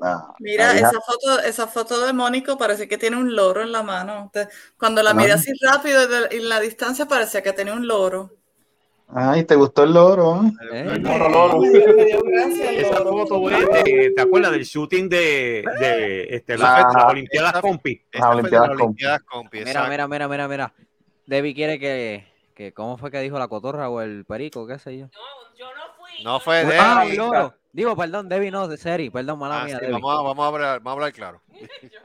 S7: la-
S5: Mira,
S7: la hija-
S5: esa foto, esa foto de Mónico parece que tiene un loro en la mano. Te- Cuando la
S7: Ah.
S5: miré así rápido y de- en la distancia parecía que tenía un loro.
S7: Ay, ¿te gustó el loro? ¿eh?
S9: El
S4: loro, loro. Esa foto es de- ¿te acuerdas del shooting de, de, este, la-
S7: Ah,
S4: las Olimpiadas Compi?
S3: Las
S7: Olimpiadas
S3: Compi.
S7: Compi.
S3: Olimpiadas Compi,
S9: Mira,
S3: exacto.
S9: mira, mira, mira, mira. Debbie quiere que, que. ¿Cómo fue que dijo la cotorra o el perico? ¿Qué sé yo?
S3: No fue de
S9: Ah, el loro. Digo, perdón, Debbie, no, de Seri. Perdón, mala
S3: Ah,
S9: mía.
S3: sí,
S9: Debbie.
S3: vamos, a, vamos, a hablar, vamos a hablar claro.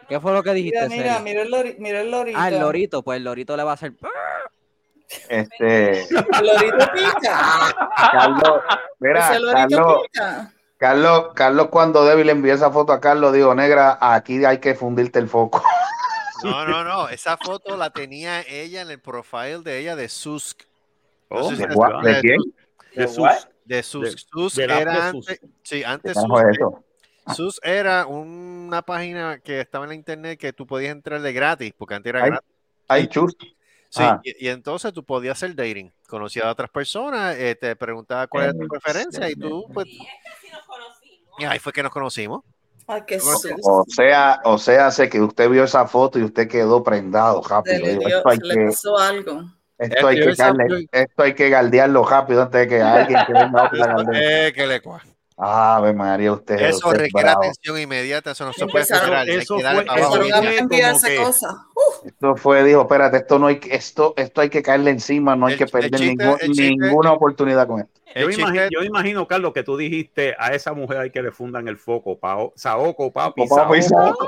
S9: ¿Qué fue lo que dijiste,
S5: Mira, mira,
S9: Seri?
S5: mira el, lori- mira el lorito.
S9: Ah, el lorito. Pues el lorito le va a hacer.
S7: Este,
S5: El lorito pica.
S7: Carlos, mira,
S5: Ese lorito
S7: Carlos,
S5: pica.
S7: Carlos, Carlos, cuando Debbie le envió esa foto a Carlos, digo, negra, aquí hay que fundirte el foco.
S3: No, no, no. Esa foto la tenía ella en el profile de ella de Susk. No
S7: Oh,
S3: sé si
S7: ¿de
S3: la
S7: what?
S3: escuchaste
S7: ¿De quién?
S3: De
S7: ¿De
S3: Susk.
S7: what?
S3: De Susk.
S7: De-
S3: Susk
S7: de la
S3: era
S7: Susk.
S3: antes. Sí, antes
S7: ¿Qué carajo es
S3: Susk.
S7: eso?
S3: Sus era una página que estaba en la internet que tú podías entrar de gratis, porque antes era
S7: Ay,
S3: gratis.
S7: Ay, chus.
S3: Sí,
S7: Ah.
S3: y, y entonces tú podías hacer dating. Conocías a otras personas, eh, te preguntaba cuál era tu preferencia y tú, pues. Y ahí fue que nos conocimos.
S5: Ay, qué
S3: Bueno,
S5: susto.
S7: O sea, o sea, sé que usted vio esa foto y usted quedó prendado rápido.
S5: Se le,
S7: Digo,
S5: dio-
S7: esto eh. hay
S5: se le
S7: que,
S5: pasó algo.
S7: esto hay
S3: Yo
S7: que,
S3: esa-
S7: darle-
S3: yo-
S7: esto hay que galdearlo rápido antes de que alguien que venga otra galdea.
S3: Eh, que le cua.
S7: Ave María, usted,
S3: Eso
S7: usted es
S3: requiere
S7: bravo.
S3: atención inmediata, eso no se puede
S5: Empezaron-
S3: esperar. Hay
S5: eso
S3: que darle
S5: fue-
S3: para abajo
S5: empezaron a
S3: inmediato.
S5: enviarse
S3: Ah, eh, Como que-
S5: cosas.
S7: Esto fue, dijo, espérate, esto no hay que, esto, esto hay que caerle encima, no hay que perder
S4: chiste-
S7: ningún-
S4: el chiste-
S7: ninguna oportunidad con esto.
S4: Yo me, imagino, yo me imagino, Carlos, que tú dijiste a esa mujer hay que le fundan el foco. Pao- Saoco, papi,
S7: Papi,
S4: Saoco.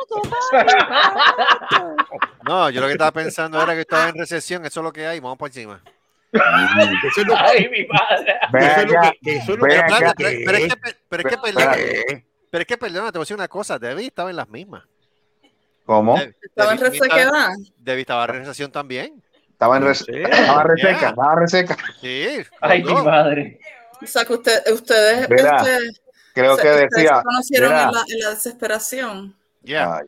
S3: No, yo lo que estaba pensando era que estaba en recesión, eso es lo que hay, vamos por encima.
S4: Eso es lo que-
S6: Ay, mi madre.
S7: Ven
S4: Eso es lo
S7: acá,
S4: que- eso es lo
S7: ven
S4: que-
S7: acá.
S3: Pero, pero es que, pe- pero es que,
S7: Espérate.
S3: perdona, pero es que, perdona, te voy a decir una cosa, Debbie estaba en las mismas.
S7: ¿Cómo?
S5: Estaba en
S3: Debbie
S5: resequedad.
S3: estaba- Debbie estaba en recesión también.
S7: Estaba, en res- estaba reseca,
S3: Yeah.
S7: estaba reseca.
S3: Sí.
S6: Ay, mi madre.
S5: O sea, que usted- ustedes.
S7: Mira,
S5: este,
S7: creo
S5: o sea,
S7: que
S5: ustedes se
S7: decía,
S5: conocieron
S7: mira.
S5: en la, en la desesperación.
S3: Yeah.
S7: Ay.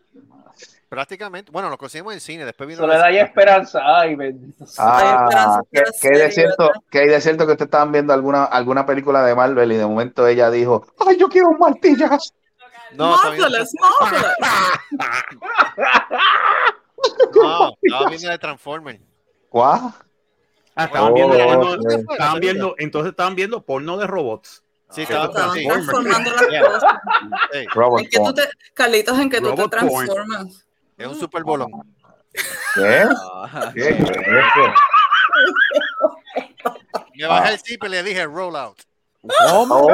S3: Prácticamente, bueno, lo conseguimos en cine, después vino.
S6: Soledad y
S3: la-
S6: esperanza. Ay, bendito.
S7: Ah,
S6: sea.
S7: que, que hay de cierto, que hay de cierto que ustedes estaban viendo alguna, alguna película de Marvel y de momento ella dijo, ay, yo quiero un martillazo.
S3: No, está bien.
S5: Marvelous, marvelous.
S3: No, estaba viendo de Transformers.
S7: ¿Cuá?
S4: Ah, estaban viendo,
S7: Oh,
S4: no,
S7: ok.
S4: estaban viendo- entonces estaban viendo porno de robots.
S3: Sí,
S5: estaban- sí. transformando las cosas. ¿En qué tú te, Carlitos, en que tú te
S4: Robot porn.
S5: transformas.
S3: Es un super bolón.
S7: ¿Qué?
S9: ¡Ah!
S7: ¿Qué?
S3: Me bajé el zip y le dije roll out.
S7: ¿Cómo?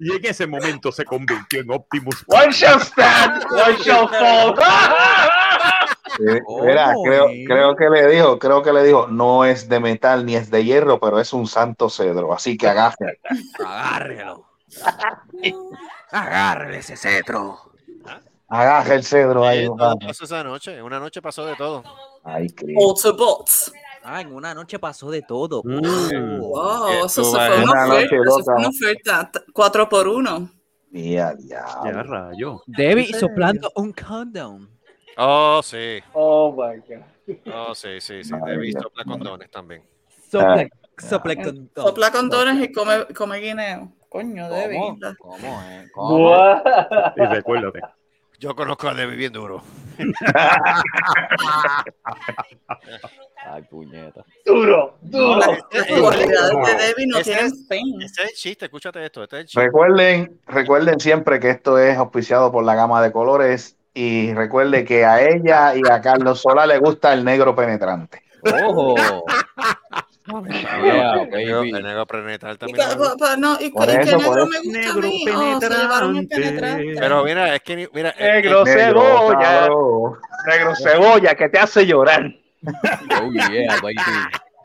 S4: Y en ese momento se convirtió en Optimus.
S6: One shall stand, one shall fall.
S7: Eh, mira, creo, creo que le dijo, creo que le dijo, no es de metal ni es de hierro, pero es un santo cedro, así que agarre.
S9: Agárrelo. Agárrele ese cetro.
S7: Agarre el cedro ahí.
S3: Eh, Todo
S7: compadre.
S3: pasó esa noche. En una noche pasó de todo.
S7: Ay,
S5: Oh,
S7: Cristo.
S5: Autobots.
S9: Ah, en una noche pasó de todo.
S4: Mm.
S5: Wow, eso se
S3: Una
S5: fue una
S7: noche
S5: oferta. Eso fue
S7: loca.
S5: una oferta. t- Cuatro por uno.
S7: Mira, diablo.
S4: Ya, rayo.
S9: Debbie soplando un countdown.
S3: Oh, sí.
S6: Oh my God.
S3: Oh, sí, sí, sí. Te
S7: Madre
S3: he visto
S7: mía.
S3: sopla condones también.
S9: Sopla, sopla condón.
S5: Sopla condones y come, come guineo. Coño, Debbie.
S9: ¿Cómo, eh?
S6: What?
S4: Y recuérdate.
S3: Yo conozco a Debbie bien duro.
S9: Ay, puñeta.
S6: Duro,
S5: Las
S6: duro.
S5: las cualidades de Debbie no tienen fin.
S3: Este es el chiste, escúchate esto. Este es el chiste.
S7: Pues, Recuerden, recuerden siempre que esto es auspiciado por la gama de colores y recuerde que a ella y a Carlos Sola le gusta el negro penetrante.
S9: Ojo. Yeah,
S3: Negro-
S9: baby.
S3: El negro prenatal
S5: Y,
S3: también.
S5: ca- pa- pa- no, y,
S7: Por
S5: y que
S7: eso,
S5: negro
S7: por eso.
S5: me gusta
S4: Negro
S5: a mí. Oh, se llevaron el penetrante.
S3: Pero mira, es que ni- mira, eh,
S6: Negro
S7: Negro,
S6: cebolla,
S7: cabrón.
S6: negro cebolla que te hace llorar.
S9: Oh, yeah, baby.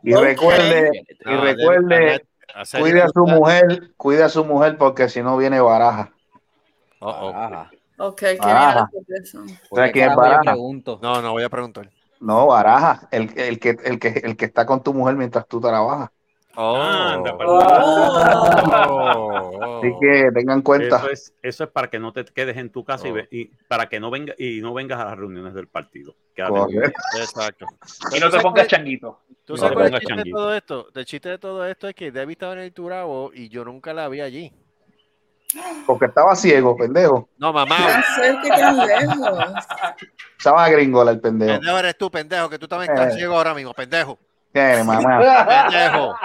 S7: Y recuerde,
S3: no,
S7: y
S3: Debbie,
S7: recuerde,
S3: a- a ser-
S7: cuide a su mujer, cuide a su mujer porque si no viene baraja.
S3: Oh, oh.
S9: Ajá.
S5: Ok, ¿quién
S7: Ah.
S5: era la eso?
S7: O sea,
S9: Porque
S7: ¿quién es
S9: carajo le
S7: baraja?
S9: pregunto?
S3: No, no voy a preguntar.
S7: No, baraja, el, el, que, el, que, el que está con tu mujer mientras tú trabajas.
S3: Oh.
S4: Anda, para-
S3: Oh, oh.
S7: Así que tengan cuenta.
S4: Eso es, eso es para que no te quedes en tu casa y,
S3: Oh.
S4: ve- y para que no venga y no vengas a las reuniones del partido. Quédate en tu
S7: Correcto.
S3: Oh. Exacto.
S6: Y no te pongas changuito.
S3: ¿Tú
S4: No
S3: sabes
S4: te
S3: cuál es el chiste
S4: pongas
S3: de
S4: changuito.
S3: todo esto? El chiste de todo esto es que Debbie estaba en el Turabo y yo nunca la vi allí.
S7: Porque estaba ciego, pendejo.
S3: No, mamá.
S5: Tan cerca y tan lejos.
S7: Estaba gringola el pendejo.
S3: Pendejo eres tú, pendejo, que tú también estás
S7: Eh.
S3: ciego ahora mismo, pendejo.
S7: Tiene, mamá.
S6: Pendejo.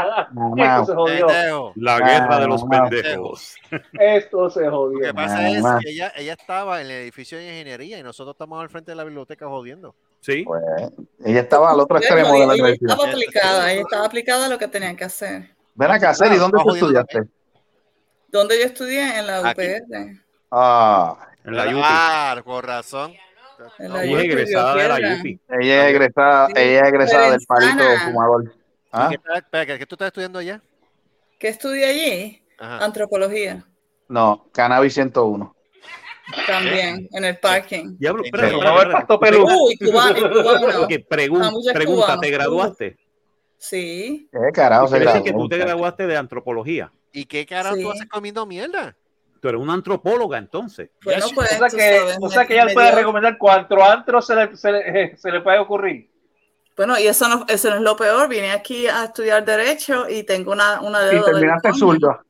S7: Mamá.
S6: Esto se jodió.
S3: Pendejo.
S4: La guerra de los
S7: Ah,
S4: pendejos.
S3: eh.
S6: Esto se
S3: Lo
S6: jodió.
S3: que pasa es
S7: Mamá.
S3: que ella, ella estaba en el edificio de ingeniería y nosotros estamos al frente de la biblioteca jodiendo.
S4: Sí.
S7: Pues, ella estaba al otro extremo de la
S5: Ella
S7: universidad.
S5: estaba aplicada, ella estaba aplicada a lo que tenía que hacer.
S7: Ven acá, Celi, ¿dónde tú
S3: Ojo, yo
S7: estudiaste?
S5: Donde yo estudié en la
S3: Aquí.
S5: UPR.
S7: Ah,
S4: En la UTI.
S3: ah, con razón.
S5: En la
S4: Y es
S5: UPR.
S4: egresada de la
S5: Piedra.
S4: UTI.
S7: ella es egresada,
S5: Sí,
S7: ella es egresada del
S5: Provenzana.
S7: palito fumador.
S3: ¿Y
S7: ¿Ah?
S3: ¿Qué, tal- espera, ¿qué- qué tú estás estudiando allá?
S5: ¿Qué estudié allí?
S4: Ah.
S3: Ajá.
S5: Antropología.
S7: No, Cannabis 101.
S5: También, en el parking.
S4: Diablo, espera,
S3: Sí.
S4: espera,
S6: Vamos a ver
S4: espera.
S6: pasto peludo.
S5: Uy, cubano, cubano.
S4: Ok, pregun-
S5: Ah, muchas
S4: pregunta,
S5: cubanas.
S4: ¿te graduaste?
S5: Sí.
S7: ¿Qué carajo se
S4: Quiere decir que
S7: graduó?
S4: tú te graduaste de antropología.
S3: ¿Y qué carajo
S5: Sí.
S3: tú haces comiendo mierda?
S4: Tú eres una antropóloga entonces.
S5: Bueno,
S3: sí.
S5: pues.
S6: O sea
S5: tú
S6: que,
S5: sabes,
S6: o sea
S5: me-
S6: que ella
S5: me
S6: le puede
S5: dio-
S6: recomendar cuánto antro se le, se le- eh, se le puede ocurrir.
S5: Bueno, y eso no, eso no es lo peor. Vine aquí a estudiar Derecho y tengo una, una dedo
S7: Y terminaste
S5: del coño.
S7: zurdo.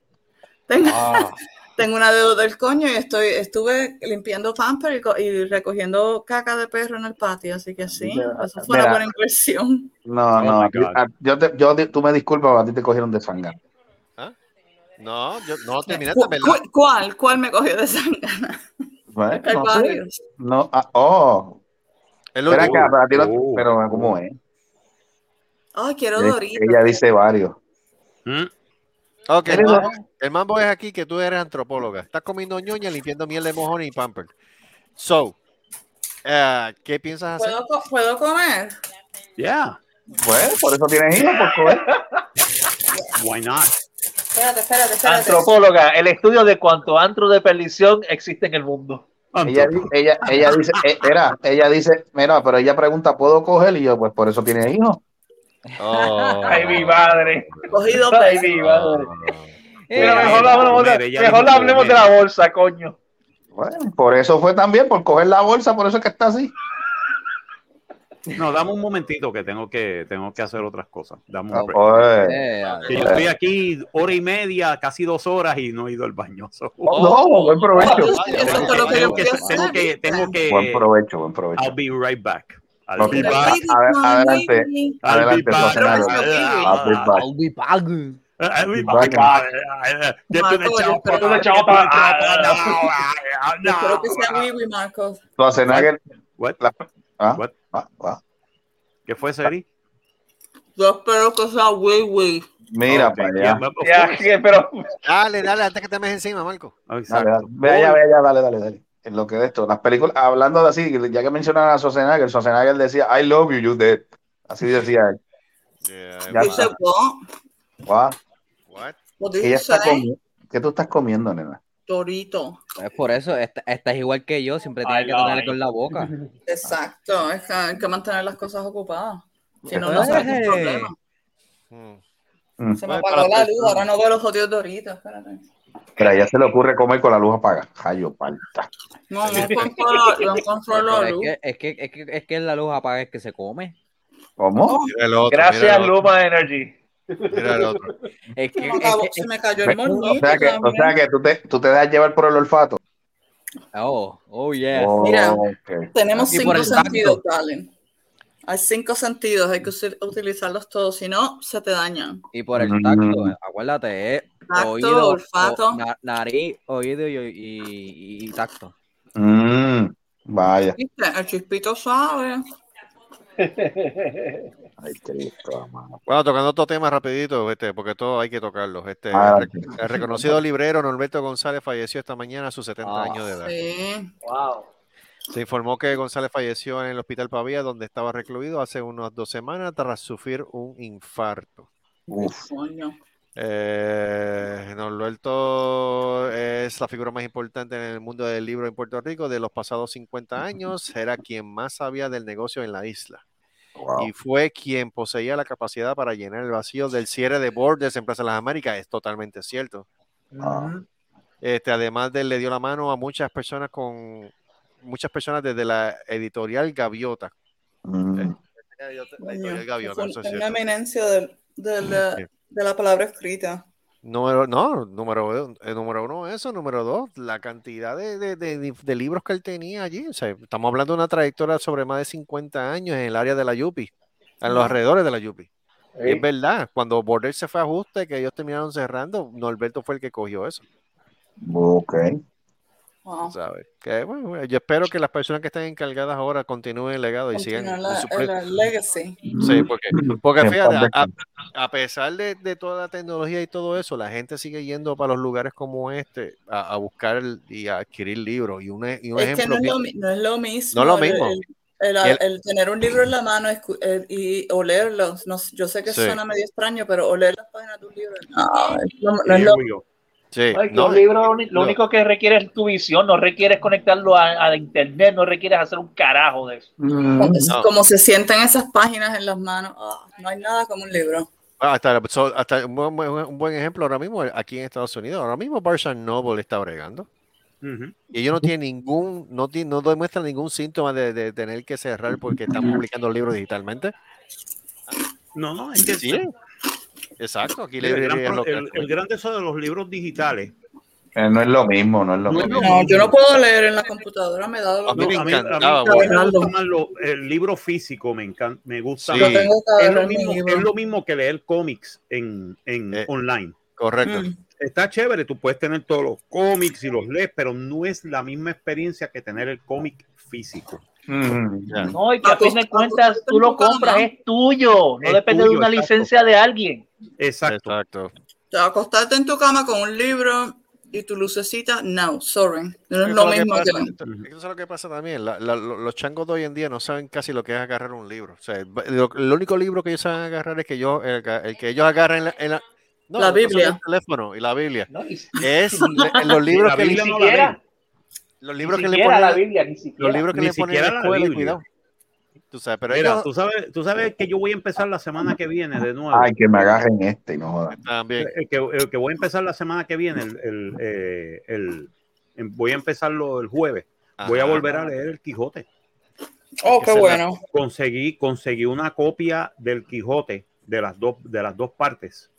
S5: Tengo,
S3: Ah,
S5: tengo una dedo del coño y estoy, estuve limpiando pamper y, co- y recogiendo caca de perro en el patio. Así que sí,
S7: Mira,
S5: eso fue una
S7: mira.
S5: buena impresión.
S7: No,
S4: Oh
S7: no,
S4: my
S7: a ti-
S4: God.
S7: a- yo te, yo, te- tú me disculpas, pero a ti te cogieron de sangre.
S3: no, yo no terminé
S5: Cu-
S3: ¿verdad?
S5: cu- ¿Cuál? ¿Cuál me cogió de sangana?
S7: Bueno,
S5: El
S7: no sé.
S5: barrio.
S7: No, ah, oh,
S3: El
S7: espera
S3: último.
S7: acá, pero a ti no-
S4: Oh.
S7: pero ¿cómo es?
S5: Ay, quiero
S7: Ella-
S5: Doritos.
S7: Ella dice varios.
S4: ¿Mm?
S3: Ok, el
S7: Eres-
S3: mambo, el mambo es aquí que tú eres antropóloga. Estás comiendo ñoña, limpiando miel de mojón y pamper. So, eh, ¿qué piensas hacer?
S5: ¿Puedo, co- puedo comer?
S4: Yeah.
S7: Pues, por eso tienes hijos, por coger.
S4: Why not?
S5: Espérate, espérate, espérate.
S6: Antropóloga, el estudio de cuánto antro de perdición existe en el mundo.
S7: Ella, di- ella, ella dice, eh, mira, ella dice, mira, pero ella pregunta, ¿puedo coger? Y yo, pues por eso tienes hijos.
S3: Oh.
S6: Ay, mi madre.
S5: Cogido
S6: Ay, mi madre. Mira, mejor hablemos, de,
S4: Ella
S6: mejor
S4: dijo
S6: hablemos de
S4: comer.
S6: la bolsa, coño.
S7: Bueno, por eso fue también, por coger la bolsa, por eso es que está así.
S4: No, dame un momentito que tengo que, tengo que hacer otras cosas. Dame un
S7: Ah,
S4: break.
S7: pues.
S4: Que yo
S7: Eh.
S4: estoy aquí hora y media, casi dos horas y no he ido al baño. So-
S7: Oh, no, buen provecho.
S4: Tengo
S7: Eso es lo que yo
S4: que-
S7: quiero
S4: tengo que, tengo que.
S7: Buen provecho, buen provecho.
S4: I'll be right back. I'll
S7: No,
S4: be
S7: a-
S4: back.
S7: a- adelante, adelante,
S4: back.
S7: Rosenaro. I'll be back.
S4: I'll be back. I'll be
S7: back.
S4: back. Después de chao, después de chao, para-
S5: Yo espero que sea Wiwi, Marco.
S7: Schwarzenegger.
S4: La-
S7: ah,
S4: What?
S7: ah, ah.
S4: ¿Qué fue, Seri?
S5: Yo espero que sea Wiwi.
S7: Mira para allá.
S6: pero...
S3: Dale, dale, antes que te metes encima, Marco.
S7: Dale, dale. Ve allá, ve allá, dale, dale, dale. En lo que de esto, las películas, hablando de así, ya que mencionaron a Schwarzenegger, Schwarzenegger decía, I love you, you dead. Así decía él. Ya
S5: You said
S7: está.
S5: what?
S7: Guau.
S5: What did
S7: Ella
S5: you
S7: está
S5: say?
S7: comi- ¿Qué tú estás comiendo, nena?
S5: Torito.
S9: Es por eso, esta, esta es igual que yo, siempre tiene que tener con la boca.
S5: Exacto, es que hay que mantener las cosas ocupadas. Si no,
S9: Pues,
S5: no sabes el
S9: eh.
S5: problema.
S3: Hmm.
S7: Mm.
S5: Se me apagó la luz, ahora no veo los jodidos doritos. Espérate.
S7: Pero a ella se le ocurre comer con la luz apagada. Jayo, palta.
S5: No, no controlo, no controlo la
S9: es,
S5: luz.
S9: que, es, que, es, que, es que la luz apaga, es que se come.
S7: ¿Cómo?
S3: Mira el otro, mira
S6: Gracias,
S3: el otro.
S6: Luma Energy.
S3: Mira el otro.
S9: Es que,
S5: Se me acabó- se me cayó el
S7: O
S5: moñito.
S7: sea que, o sea que tú, te, tú te dejas llevar por el olfato.
S9: Oh, oh yes.
S7: Oh,
S5: Mira,
S7: ok.
S5: Tenemos
S9: Aquí
S5: cinco
S9: por el tacto.
S5: sentidos, Dalen. Hay cinco sentidos, hay que usi- utilizarlos todos, si no, se te dañan.
S9: Y por el
S7: Mm.
S9: tacto, eh, acuérdate, eh,
S5: Tacto,
S9: oído, o-
S5: olfato.
S9: na- nariz, oído y, y- y tacto.
S7: Mm, vaya.
S5: ¿Viste? El chispito sabe.
S7: Ay, Cristo, amado.
S3: Bueno, tocando otro tema rapidito, este, porque todo hay que tocarlos. Este,
S7: Adelante.
S3: el reconocido librero Norberto González falleció esta mañana a sus 70
S9: Ah,
S3: años de edad.
S5: Sí.
S6: Wow.
S3: Se informó que González falleció en el Hospital Pavía, donde estaba recluido hace unas dos semanas tras sufrir un infarto.
S7: Uf.
S5: Coño.
S3: Eh, Norberto es la figura más importante en el mundo del libro en Puerto Rico de los pasados 50 años. Era quien más sabía del negocio en la isla
S7: Wow.
S3: y fue quien poseía la capacidad para llenar el vacío del cierre de Borders en Plaza de las Américas. Es totalmente cierto.
S7: Ah.
S3: Este, además de él, le dio la mano a muchas personas con muchas personas desde la editorial Gaviota.
S7: Mm.
S3: La editorial
S5: Coño,
S3: Gaviota,
S5: fue
S3: eso es
S5: Una
S3: cierto.
S5: eminencia del- del-
S3: Sí.
S5: de la palabra escrita.
S3: Número, no, número, eh, número uno, eso. Número dos, la cantidad de, de- de- de libros que él tenía allí. O sea, estamos hablando de una trayectoria sobre más de 50 años en el área de la Yupi, en los alrededores de la Yupi. Y es verdad, cuando Border se fue a ajuste, que ellos terminaron cerrando, Norberto fue el que cogió eso.
S7: mm, Ok.
S5: Wow.
S3: ¿sabes? Que, bueno, bueno, yo espero que las personas que están encargadas ahora continúen el legado y sigan.
S5: Continúa
S3: con
S5: la-
S3: su pre-
S5: la legacy.
S3: Sí, porque, porque
S7: En
S3: fíjate,
S7: paz
S3: a, a- a pesar de, de toda la tecnología y todo eso, la gente sigue yendo para los lugares como este a, a buscar el- y a adquirir libros. Y un, e- y un
S5: Es que
S3: ejemplo.
S5: no es,
S3: bien-
S5: lo, mi- no es lo mismo.
S3: No es lo
S5: el-
S3: mismo.
S5: El, el-
S3: Y el-
S5: el tener un libro en la mano escu- el- y olerlo. No sé, yo sé que
S3: Sí.
S5: suena medio extraño, pero oler las páginas de un libro. No, es lo- no es
S4: Here
S5: lo
S3: Mm.
S4: we go.
S3: Sí,
S6: Ay, que
S3: no,
S6: un libro, lo uni-
S3: no.
S6: lo único que requiere es tu visión, no requieres conectarlo a, a internet, no requieres hacer un carajo de eso.
S5: como,
S3: No.
S5: como se sienten esas páginas en las manos. Ah, no hay nada como un libro.
S3: Ah, Hasta, so- hasta un, buen- un buen ejemplo ahora mismo aquí en Estados Unidos. Ahora mismo Barnes Noble está bregando.
S4: Ujú.
S3: Y ellos no tienen ningún, no, ti- no demuestran ningún síntoma de, de tener que cerrar porque están publicando libros digitalmente.
S4: No, no, es que
S3: Sí, Exacto, aquí
S4: el,
S3: le
S4: gran, pro- el- el gran tesoro de los libros digitales.
S7: Eh, no es lo mismo, no es lo
S4: No,
S7: mismo.
S5: No, yo no puedo leer en la computadora, me da dolor.
S3: A mí me
S4: No, a mí- a mí-
S3: encantaba,
S4: a mí me
S5: bueno.
S4: gusta más lo- el libro físico, me encanta, me gusta.
S3: Sí.
S5: Yo
S4: más.
S5: tengo que
S4: Es, lo
S5: agarrar mi
S4: mismo,
S5: libro.
S4: es lo mismo que leer cómics en, en
S3: Eh.
S4: online.
S3: Correcto.
S5: Mm.
S4: Está chévere, tú puedes tener todos los cómics y los lees, pero no es la misma experiencia que tener el cómic físico.
S7: Mm.
S3: Ya.
S6: No, y que a
S5: Paco,
S6: fin de
S5: Paco,
S6: cuentas tú lo compras, es tuyo, no
S4: Es
S6: depende de
S4: tuyo,
S6: una
S4: exacto.
S6: licencia de alguien.
S4: Exacto.
S3: Exacto.
S5: Te vas a acostarte en tu cama con un libro y tu lucecita, no, sorry. No es
S3: Eso
S5: lo
S3: es
S5: mismo
S3: lo que
S5: que.
S3: pasa, esto- eso es lo que pasa también. La- la- lo- los changos de hoy en día no saben casi lo que es agarrar un libro. O sea, va- lo- el único libro que ellos saben agarrar es que yo, el, ga- el que ellos agarran en la, en la- no,
S5: La
S3: no saben
S5: Biblia.
S3: el teléfono y la Biblia.
S6: No, ni,
S3: Es le- los
S4: Y
S3: libros
S4: la
S3: que
S6: ni
S4: Biblia
S3: le-
S4: no la leen.
S6: siquiera,
S3: los
S6: ni
S3: libros que le
S6: siquiera
S3: ponen
S6: la Biblia, ni
S3: los
S6: siquiera.
S3: libros que
S4: Ni
S3: le ponen en
S4: siquiera
S3: la
S4: la
S3: escuela,
S4: Biblia.
S3: cuidado. Tú sabes, pero
S4: Mira,
S3: ellos
S4: tú sabes, tú sabes que yo voy a empezar la semana que viene de nuevo.
S7: Ay, que me agarren este y no jodan.
S3: también.
S4: El que, el que voy a empezar la semana que viene, el, el, eh, el- em- voy a empezarlo el jueves. Voy a
S3: Ajá.
S4: volver a leer el Quijote.
S5: Oh,
S4: que
S5: qué
S4: se la-
S5: bueno.
S4: conseguí, conseguí una copia del Quijote de las dos, de las dos partes.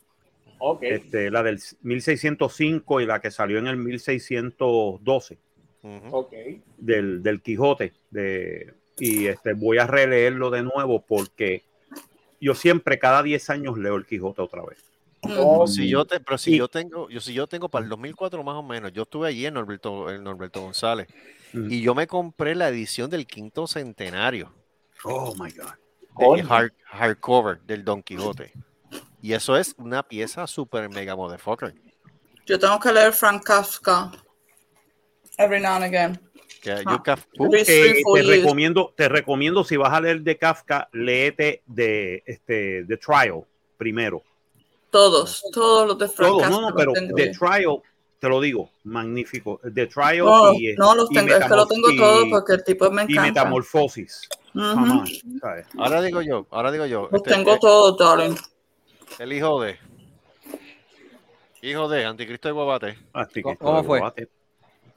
S6: Ok.
S4: Este, la del 1605 y la que salió en el 1612
S6: Ok.
S4: del, del Quijote. De, y este, voy a releerlo de nuevo porque yo siempre, cada 10 años, leo el Quijote otra vez.
S5: Mm.
S3: Pero Oh, si yo te- pero si
S4: Y-
S3: yo tengo, yo si yo tengo para el 2004 más o menos, yo estuve allí en Norberto, en Norberto González y yo me compré la edición del quinto centenario.
S4: Oh my God.
S3: De hard- hardcover del Don Quijote. Y eso es una pieza super mega motherfucker.
S5: Yo tengo que leer Frank Kafka. Every now and again.
S3: Que uh,
S5: Ah.
S3: yo caf-
S5: Every
S4: Eh,
S5: three, four
S4: te
S5: years.
S4: recomiendo, te recomiendo si vas a leer de Kafka, léete de este de Trial primero.
S5: Todos, todos los de Frank
S4: Todo,
S5: Kafka.
S4: no, no, pero
S5: los tengo
S4: The
S5: yo.
S4: Trial, te lo digo, magnífico. The Trial
S5: No,
S4: y, eh,
S5: no, los
S4: y
S5: tengo, es que lo tengo
S4: Metamorf-
S5: todo
S4: y-
S5: porque el tipo me
S4: y
S5: encanta.
S4: Metamorfosis.
S5: Ujú.
S4: Jamás, ¿sabes?
S3: Ahora digo yo, ahora digo yo.
S5: Los
S3: este,
S5: Pues tengo
S3: eh,
S5: todos, darling.
S3: El hijo de. Hijo de Anticristo de Guabate.
S4: Anticristo
S9: ¿Cómo de fue?
S4: Guabate.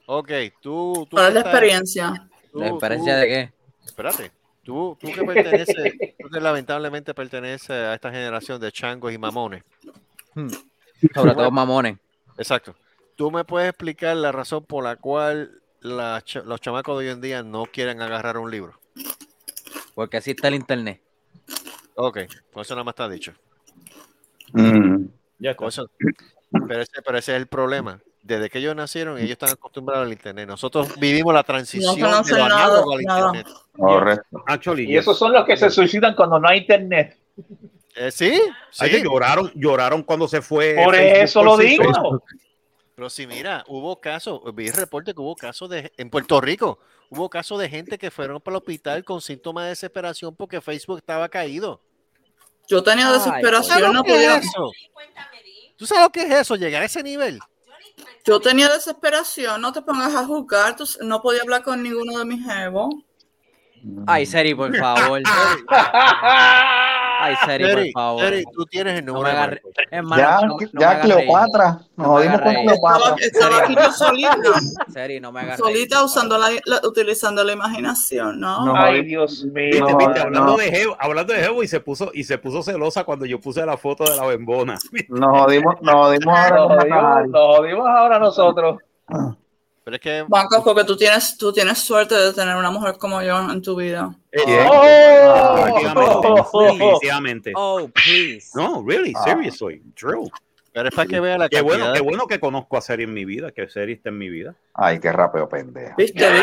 S3: Ok, tú. tú
S5: ¿Cuál es
S3: que
S5: la
S3: estás-
S5: experiencia?
S3: tú-
S9: ¿La experiencia
S3: tú-
S9: de qué?
S3: Espérate. Tú, tú que perteneces, tú que lamentablemente perteneces a esta generación de changos y mamones.
S9: Hmm. Sobre todo mamones.
S3: Exacto. ¿Tú me puedes explicar la razón por la cual la cha- los chamacos de hoy en día no quieren agarrar un libro?
S9: Porque así está el internet.
S3: Ok, con eso nada más está dicho.
S7: Mm,
S3: Con eso- Pero, ese, pero ese es el problema. Desde que ellos nacieron, ellos están acostumbrados al internet. Nosotros vivimos la transición de
S6: conocen
S3: lo
S6: nada,
S3: análogo al
S6: nada.
S3: internet.
S4: Actually,
S6: Y esos son los que se suicidan cuando no hay internet.
S3: Eh, sí,
S4: Ay, que lloraron, lloraron cuando se fue.
S6: Por eso lo digo.
S3: Pero si mira, hubo casos, vi el reporte que hubo casos de, en Puerto Rico, hubo casos de gente que fueron para el hospital con síntomas de desesperación porque Facebook estaba caído.
S5: Yo tenía
S3: Ay,
S5: desesperación,
S3: ¿sabes
S5: no
S3: qué es
S5: podía.
S3: eso? ¿Tú sabes lo que es eso? Llegar a ese nivel.
S5: Yo tenía desesperación, no te pongas a juzgar, tú s- no podía hablar con ninguno de mis jevos.
S9: Ay, Seri, por favor. Ay, Seri, por
S3: Seri,
S9: favor.
S3: Seri, tú tienes el
S9: No
S3: número
S9: me
S3: de
S9: agarre- Hermano,
S7: Ya,
S9: no- no me
S7: ya
S9: hagas reír.
S7: Cleopatra. Nos
S9: No me
S7: jodimos
S9: hagas
S7: con
S9: reír.
S7: Cleopatra.
S5: Estaba aquí yo solita,
S9: Seri, no me hagas reír.
S5: solita usando la, la- utilizando la imaginación, ¿no?
S6: Ay, Dios
S4: Viste,
S6: mío.
S4: viste, hablando,
S7: no.
S4: de Jevo, hablando de Jevo y se puso y se puso celosa cuando yo puse la foto de la bembona.
S7: Nos jodimos, nos jodimos ahora
S6: Nos
S7: con
S6: jodimos,
S7: Matamari.
S6: nos jodimos ahora nosotros.
S3: Pero es que.
S5: Bancos, porque tú tienes, tú tienes suerte de tener una mujer como yo en tu vida.
S9: Eh,
S6: ¡Oh!
S4: Ah, Definitivamente.
S9: Oh, please.
S4: No, really,
S9: Ah.
S4: seriously, true.
S3: Pero es para que vea la
S4: Qué bueno,
S3: cantidad
S4: qué
S3: de-
S4: bueno que conozco a Seri en mi vida, que Seri está en mi vida.
S7: Ay, qué rápido, pendejo.
S5: ¿Viste,
S7: Qué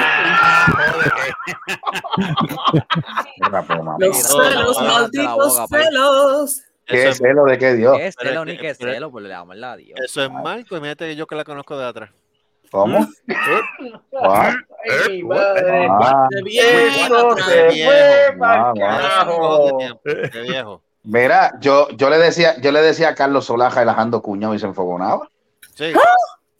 S7: rápido, mamá.
S5: Los celos,
S9: no, no,
S5: malditos
S9: no, no, no,
S5: celos.
S7: ¿Qué celo de qué Dios?
S9: ¿Qué es celo ni qué es
S3: pero-
S9: celo? Por pues, la amor de Dios.
S3: Eso es Marco, imagínate que yo que la conozco de atrás.
S7: ¿Cómo? ¿Cuál?
S6: Ay, madre.
S7: Ah,
S5: De
S6: Eso
S5: viejo.
S6: se
S3: viejo.
S6: fue pa'l
S7: Ah, bueno.
S6: carajo.
S3: Qué viejo.
S7: Mira, yo, yo le decía, yo le decía a Carlos Solaja el ajando cuñado y se enfogonaba.
S3: Sí,
S4: ¿Eh?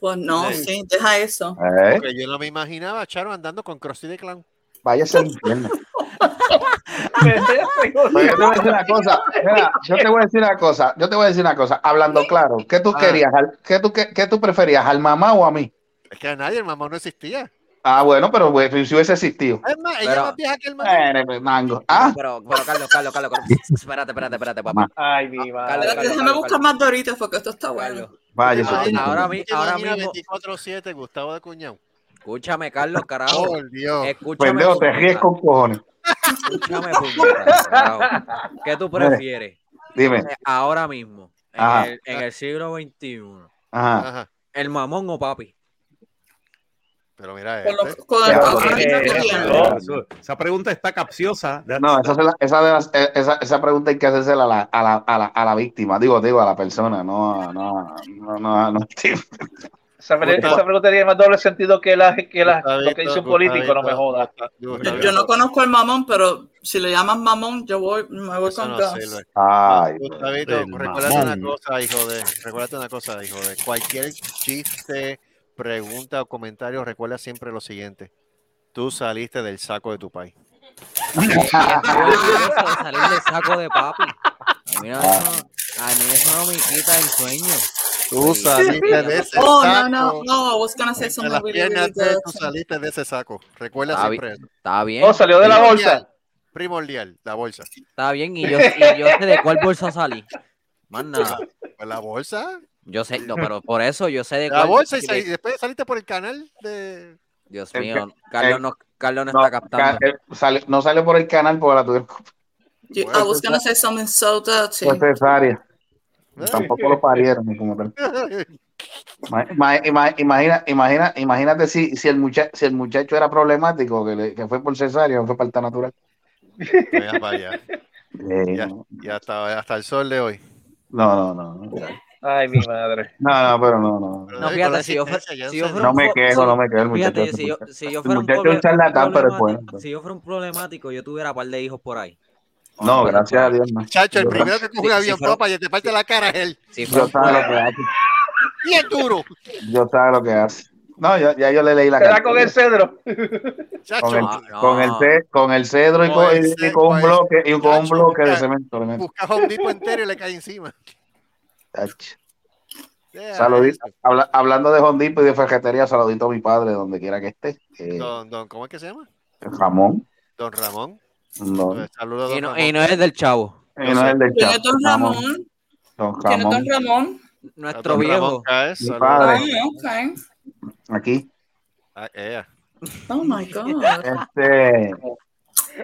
S5: Pues no,
S3: Sí.
S5: sí, deja eso.
S7: ¿Eh?
S3: porque yo no me imaginaba a Charo andando con Crossy de Clan.
S7: Váyase al infierno. Pero yo te voy a
S6: Pendejo.
S7: decir una cosa, mira, yo te voy a decir una cosa, yo te voy a decir una cosa, hablando claro, ¿qué tú
S3: Ah.
S7: querías? al- ¿Qué tú, qué, qué tú preferías? ¿Al mamá o a mí?
S3: Es que a nadie el mamón no existía.
S7: Ah, bueno, pero güey, si hubiese existido.
S3: Es más, ella
S9: Pero-
S3: es más vieja que el mamón.
S7: Eh, mango. Ah,
S9: Pero, pero, Carlos, Carlos, Carlos, Carlos. Espérate, espérate, espérate, papá.
S6: Ay, mi madre.
S5: Espérate, déjame buscar más doritos porque esto está bueno.
S9: Carlos.
S7: vaya, eso
S9: Ahora-
S7: sí.
S9: ahora mi-
S3: Imagina
S9: ahora mismo.
S3: 24-7, Gustavo Eh, de Cuñado.
S9: Escúchame, Carlos, carajo.
S3: Por Dios.
S9: Escúchame.
S7: Oh, Pendejo, te
S9: puñeta.
S7: ríes con cojones.
S9: Escúchame, puñeta, carajo. ¿Qué tú prefieres?
S7: Dime.
S9: Ahora mismo,
S7: Ajá.
S9: en el, en el siglo XXI,
S7: Ajá.
S3: Ajá.
S9: ¿el mamón o papi?
S3: Pero mira,
S5: Con los-
S3: este,
S5: con el-
S7: Ya,
S5: con el-
S7: ok.
S5: está corriendo.
S4: Eso- Esa pregunta está capciosa.
S7: No, esa, se la- esa, de las- eh, esa, esa pregunta hay que hacerse a la, a, la, a, la, a la víctima, digo, digo, a la persona, no, a- no, a- no, no, a- no, tío.
S6: Esa pre- esa pregunta tiene más doble sentido que, la, que la, lo que dice un político, no me jodas.
S5: Yo- Yo no conozco el mamón, pero si le llaman mamón, yo voy, me voy
S3: Eso
S5: con
S3: no
S5: gas.
S3: sirve.
S7: Ay,
S9: Pues,
S3: Gustavito,
S4: el
S3: recuérdate
S4: mamón.
S3: una cosa, hijo de. Recuérdate una cosa, hijo de. Cualquier chiste, pregunta o comentario, recuerda siempre lo siguiente. Tú saliste del saco de tu país.
S7: Ah.
S9: Eso de salir del saco de papi. A mí, no- a mí eso no me quita el sueño.
S3: Tú saliste de ese
S5: Oh, no,
S3: saco.
S5: no, no, I was gonna say
S3: De
S5: something
S3: las
S5: really, really
S3: piernas de
S5: good.
S3: tú saliste de ese saco. Recuerda
S9: Está
S3: siempre
S9: bi-
S3: eso.
S9: está bien. Oh, salió de la bolsa.
S3: Primordial, la bolsa.
S9: Está bien, y yo, y yo sé de cuál bolsa salí. Más nada.
S3: Pues la bolsa.
S9: Yo sé, no, pero por eso yo sé de
S3: La
S9: cuál
S3: bolsa y,
S9: de-
S3: sa- y después saliste por el canal de. ¿eh?
S9: Dios
S7: El
S9: mío,
S7: que-
S9: Carlos
S7: el-
S9: no, Carlos no,
S7: No,
S9: está captando.
S7: ca- eh, sale- no sale por el canal porque la tuvieron
S5: You- I was gonna say something so dirty.
S7: Pues, eh, necesaria. Tampoco lo parieron. ni como tal. Ma- ma- ima- Imagina, imagina, imagínate si, si, el mucha- si el muchacho era problemático, que, le- que fue por cesárea o fue parta natural. Eh,
S3: Vaya para allá. Ya, ya hasta, hasta el sol de hoy.
S7: No, no, no.
S6: Ay, mi madre.
S7: No, no, pero no, no.
S9: No, fíjate, si yo, fuera- si yo fuera
S7: No
S9: un
S7: me
S9: po-
S7: quejo,
S9: si-
S7: no me quejo, el
S9: fíjate,
S7: muchacho-
S9: si yo, si yo
S7: el
S9: fuera un
S7: muchacho es un
S9: proble-
S7: charlatán, pero es
S9: problemático-
S7: bueno.
S9: Si yo fuera un problemático, yo tuviera par de hijos por ahí.
S7: No, gracias a Dios. No.
S3: Chacho, el
S7: Yo-
S3: primero que coge
S9: Si-
S3: un
S9: si
S3: avión,
S9: fuera-
S3: papá, y te parte la cara es él.
S9: Si
S7: Yo
S9: fuera-
S7: sabe lo que hace.
S3: Bien duro.
S7: Yo sabe lo que hace. No, yo- ya yo le leí la
S6: Se da
S7: carta.
S6: con el cedro.
S7: Con el,
S9: No,
S7: con el
S9: no.
S7: ce- con el cedro y
S3: Con
S7: con,
S3: el
S7: y
S3: ce-
S7: con
S3: con
S7: un
S3: el-
S7: bloque, y con un
S3: Chacho,
S7: bloque de
S3: busca-
S7: cemento. le meto.
S3: Busca a un tipo entero y le cae encima.
S7: Ach.
S3: Deja
S7: Saludito. Habla- hablando de Hondipo y de ferretería, saludito a mi padre, donde quiera que esté. Eh,
S3: Don, don, ¿cómo es que se llama?
S7: Ramón.
S3: Don Ramón.
S7: No,
S3: Pues, Saludos, don
S9: Y no,
S3: Ramón.
S9: y no es del chavo.
S7: eh, no es el del
S5: ¿Quién
S7: chat.
S5: es Don
S7: Ramón.
S5: Ramón?
S7: Don
S5: ¿Quién es Don
S7: Ramón,
S5: Ramón? Ah,
S9: Nuestro
S3: Don Ramón
S9: viejo.
S3: Caes,
S7: Mi
S3: saludos.
S7: padre.
S5: Ay, okay.
S7: aquí.
S3: Ah, ella.
S5: Oh my God.
S7: Este,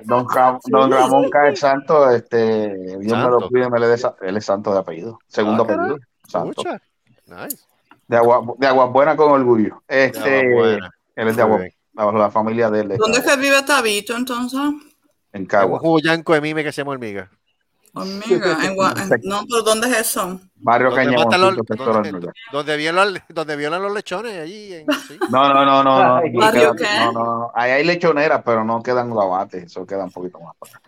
S7: don, Ra- don Ramón Cae Santo, este, Dios me lo
S3: Santo.
S7: cuide, me le dé sa- él es santo de apellido, segundo
S3: Ah, caray.
S7: apellido, santo.
S3: Mucha. Nice.
S7: De agua, de Aguabuena con orgullo.
S3: De
S7: Este,
S3: Aguabuena.
S7: él es
S3: Muy
S7: de Agua,
S3: bien.
S7: la familia de él es de
S5: ¿Dónde es
S7: Cagua,
S5: que vive Tabito entonces?
S7: en
S3: Un
S7: Cagua,
S3: juyanco de mime que se llama hormiga.
S5: Hormiga. en Gua- en- no, pero ¿dónde es eso?
S7: barrio
S3: Donde matan
S7: Cañamoncito,
S3: los-
S7: sector
S3: donde-
S7: Hormiga.
S3: Donde violan, donde violan los lechones allí. En, sí.
S7: No, no, no, no, no, no,
S5: Barrio
S7: quedan-
S5: qué?
S7: no, no, no. Ahí hay lechoneras, pero no quedan guabates, eso queda un poquito más. para acá.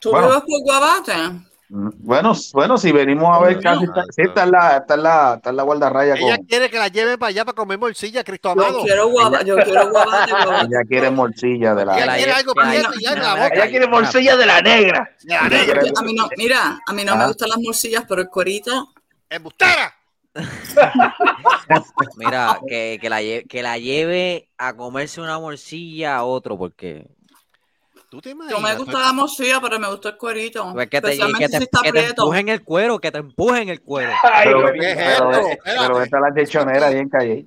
S5: ¿Tú
S7: Bueno.
S5: vives por Guabate?
S7: Mm, Bueno, s- bueno, si venimos a ver
S3: No,
S7: casi,
S3: no,
S7: está,
S3: no.
S7: sí, está en la, está en la, está en la guardarraya
S3: Ella
S7: con,
S3: quiere que la lleven para allá para comer morcilla, Cristo
S5: Yo
S3: amado.
S5: quiero Guabate, yo quiero Guabate. Guabate.
S7: ella quiere morcilla de la,
S3: Ella quiere algo para
S9: Ella-
S3: eso y ya en la boca.
S6: Ella quiere morcilla de la negra.
S3: Ya,
S5: Mira,
S3: negra,
S5: yo- a mí no, mira, a mí no
S7: Ajá.
S5: me gustan las morcillas, pero el corito.
S3: embustera.
S9: Mira, que, que la lle- que la lleve a comerse una morcilla a otro, porque.
S3: ¿Tú te
S5: Yo me
S3: imaginas?
S5: gusta la morcilla, pero me gusta el corito.
S9: Pues que te, y
S5: Especialmente
S9: que te-
S5: si está
S9: que te
S5: prieto.
S9: empujen el cuero, que te empujen el cuero.
S6: Ay,
S7: pero,
S6: Dios
S3: ¿qué
S6: mío.
S3: es
S7: pero,
S3: esto?
S7: pero
S3: Espérate.
S7: está la lechonera ahí en calle.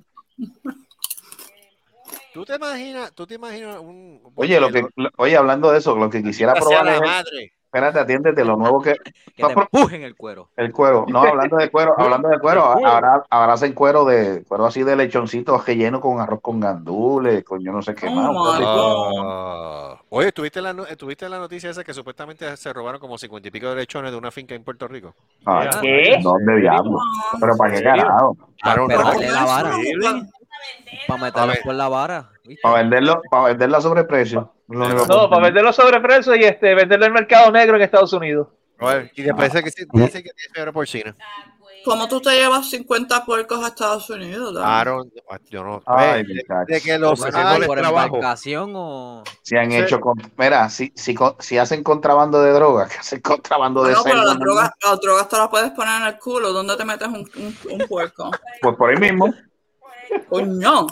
S3: ¿Tú te imaginas? ¿Tú te imaginas un
S7: Oye, lo que, lo- oye, hablando de eso, lo que quisiera
S3: Maldita sea
S7: probar
S3: la
S7: es,
S3: madre.
S7: espérate, atiéndete, lo nuevo que,
S9: Que te empujen el cuero.
S7: El cuero, no, hablando de cuero, hablando de cuero, ahora, ahora hacen cuero de cuero así de lechoncito relleno con arroz con gandules, con yo no sé qué
S5: Oh,
S7: más.
S5: my
S7: Entonces,
S3: Ah. Oye, ¿tuviste la, no- ¿tuviste la noticia esa que supuestamente se robaron como cincuenta y pico de lechones de una finca en Puerto Rico?
S7: ay,
S6: ¿Qué?
S7: ¿Dónde diablo?
S5: Ah,
S7: Pero para qué carajo,
S9: Para
S3: Claro, no.
S9: pegarle la vara.
S5: ¿Really?
S9: Para
S3: A
S9: meterlos
S3: ver.
S9: por la vara. ¿viste?
S7: para venderlo, para venderlo a sobreprecio. Lo único que-
S6: No, para venderlo sobre preso y este, venderlo en el mercado negro en Estados Unidos.
S3: Oye, y después dice que sí- dice que tiene fiebre porcina.
S5: ¿Cómo tú te llevas 50 puercos a Estados Unidos? Dan?
S9: Ah,
S3: Aaron, Ah, yo no.
S7: Ay,
S3: de,
S7: muchacho.
S3: de que los
S12: Pues,
S3: hay,
S12: no le-
S9: ¿Por
S12: trabajo.
S9: embarcación o.?
S7: Si han hecho, con- mira, si, si, con- si hacen contrabando de drogas, que hacen contrabando de
S5: Bueno, pero
S7: cerdo,
S5: las drogas, las drogas te las puedes poner en el culo. ¿Dónde te metes un, un, un puerco?
S7: pues por ahí mismo.
S5: Coño.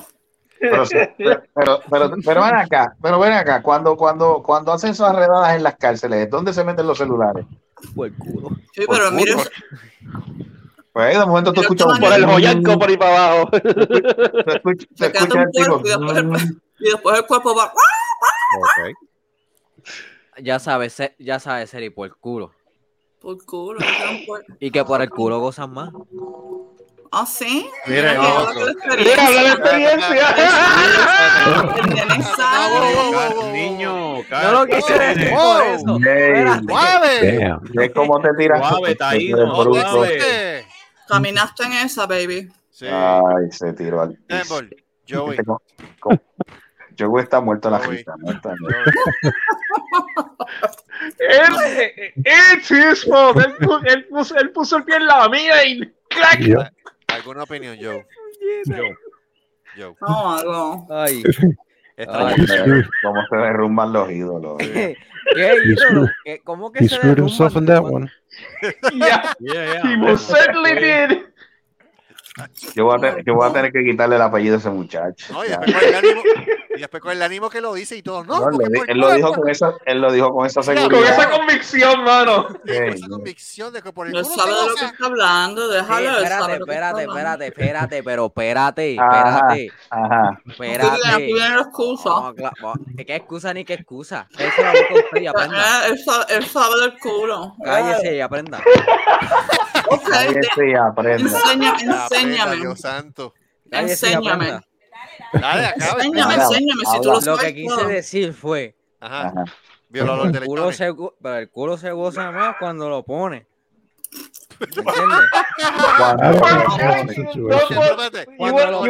S7: Pero, sí, pero, pero, pero, pero ven acá, pero ven acá, cuando, cuando, cuando hacen esas redadas en las cárceles, ¿dónde se meten los celulares?
S9: Por el culo.
S5: Sí, pero mira, eso-
S7: Pues ahí de momento tú
S5: Pero
S7: escuchas un-
S5: toma-
S6: Por el joyanco por ahí para abajo.
S7: Tú escuchas, tú
S5: se queda
S7: escuchas
S5: un
S7: al tipo, Mm,
S5: puerco y después, el, y después el cuerpo va.
S9: Ya sabes, se- ya sabes, Seri, por el culo.
S5: Por culo. se queda un puerco.
S9: Y que por el culo gozan más.
S5: Ah, sí.
S3: Mira,
S5: Mira,
S3: no,
S5: habla
S3: no.
S5: con la
S6: Mira, habla
S5: experiencia.
S6: de experiencia.
S5: El nene sabe.
S12: Cal- Niño,
S9: No lo quise decir por eso. Espérate.
S3: ¡Suave!
S7: es como te tiras.
S12: Suave, Taíno,
S7: Eres
S12: no,
S7: bruto.
S12: suave.
S3: ¡Suave!
S5: Caminaste en esa, baby.
S3: Sí.
S7: Ay, se tiró al piso.
S3: Temple, Joey.
S7: Este co- co- Joey está muerto la
S3: Joey.
S7: risa. ¿no? Está muerto.
S3: Joey.
S6: Él, él mismo, él, pu- él puso, él puso el pie en la mía y ¡clac!
S10: Yo,
S3: ¿Alguna opinión, Joe? Joe.
S5: No hago.
S9: Ay,
S3: Extraño.
S9: ay.
S7: Cómo se derrumban los ídolos.
S9: ¿Qué ídolo? ¿Qué- ¿Cómo que
S10: he
S9: se
S10: screwed
S9: derrumban
S10: himself on that
S9: cuando-
S10: one.
S6: Yeah,
S12: Yeah, yeah.
S6: he most certainly did.
S7: Yo voy, a tener, yo voy a tener que quitarle el apellido a ese muchacho.
S3: No, y después con el ánimo, y después con el ánimo que lo dice y todo. No,
S7: No, él,
S3: porque
S7: le-
S3: por
S7: él lo
S3: nueve,
S7: dijo
S3: por-
S7: con esa, él lo dijo con esa seguridad.
S13: Con esa convicción, mano.
S7: Ey,
S3: esa convicción de que por el
S5: No
S3: culo
S5: sabe
S3: te
S5: de lo
S3: goza.
S5: que está hablando, déjalo. él
S9: Eh, espérate,
S5: sabe lo que está
S9: espérate,
S5: hablando.
S9: espérate, espérate, pero espérate,
S13: Ah.
S7: Ajá,
S9: espérate.
S7: ajá.
S5: Tú le-
S9: Espérate.
S5: tú le das excusa.
S9: No, cla- no, ¿Qué excusa ni qué excusa? Cállese la boca usted y aprenda.
S5: Eh, Él sabe, él sabe del culo.
S9: Cállese y aprenda.
S5: Ok,
S7: Cállese y aprenda.
S5: Enseña-
S3: La pena,
S5: enséñame.
S3: Dios santo.
S9: Cállese y
S5: Enséñame.
S9: aprenda.
S3: Dale, acabe.
S5: Enséñame,
S9: Habla,
S5: enséñame. Si tú
S9: habla.
S5: lo sabes.
S9: que quise
S5: todo.
S9: decir fue.
S3: Ajá.
S7: Ajá.
S3: Violador de
S9: el culo,
S3: elecciones.
S9: se, go- pero el culo se goza más cuando lo pone. ¿Me ¿Entiendes?
S7: Cuando-
S13: You want- you want some friendly
S9: lo pone, lo pone, lo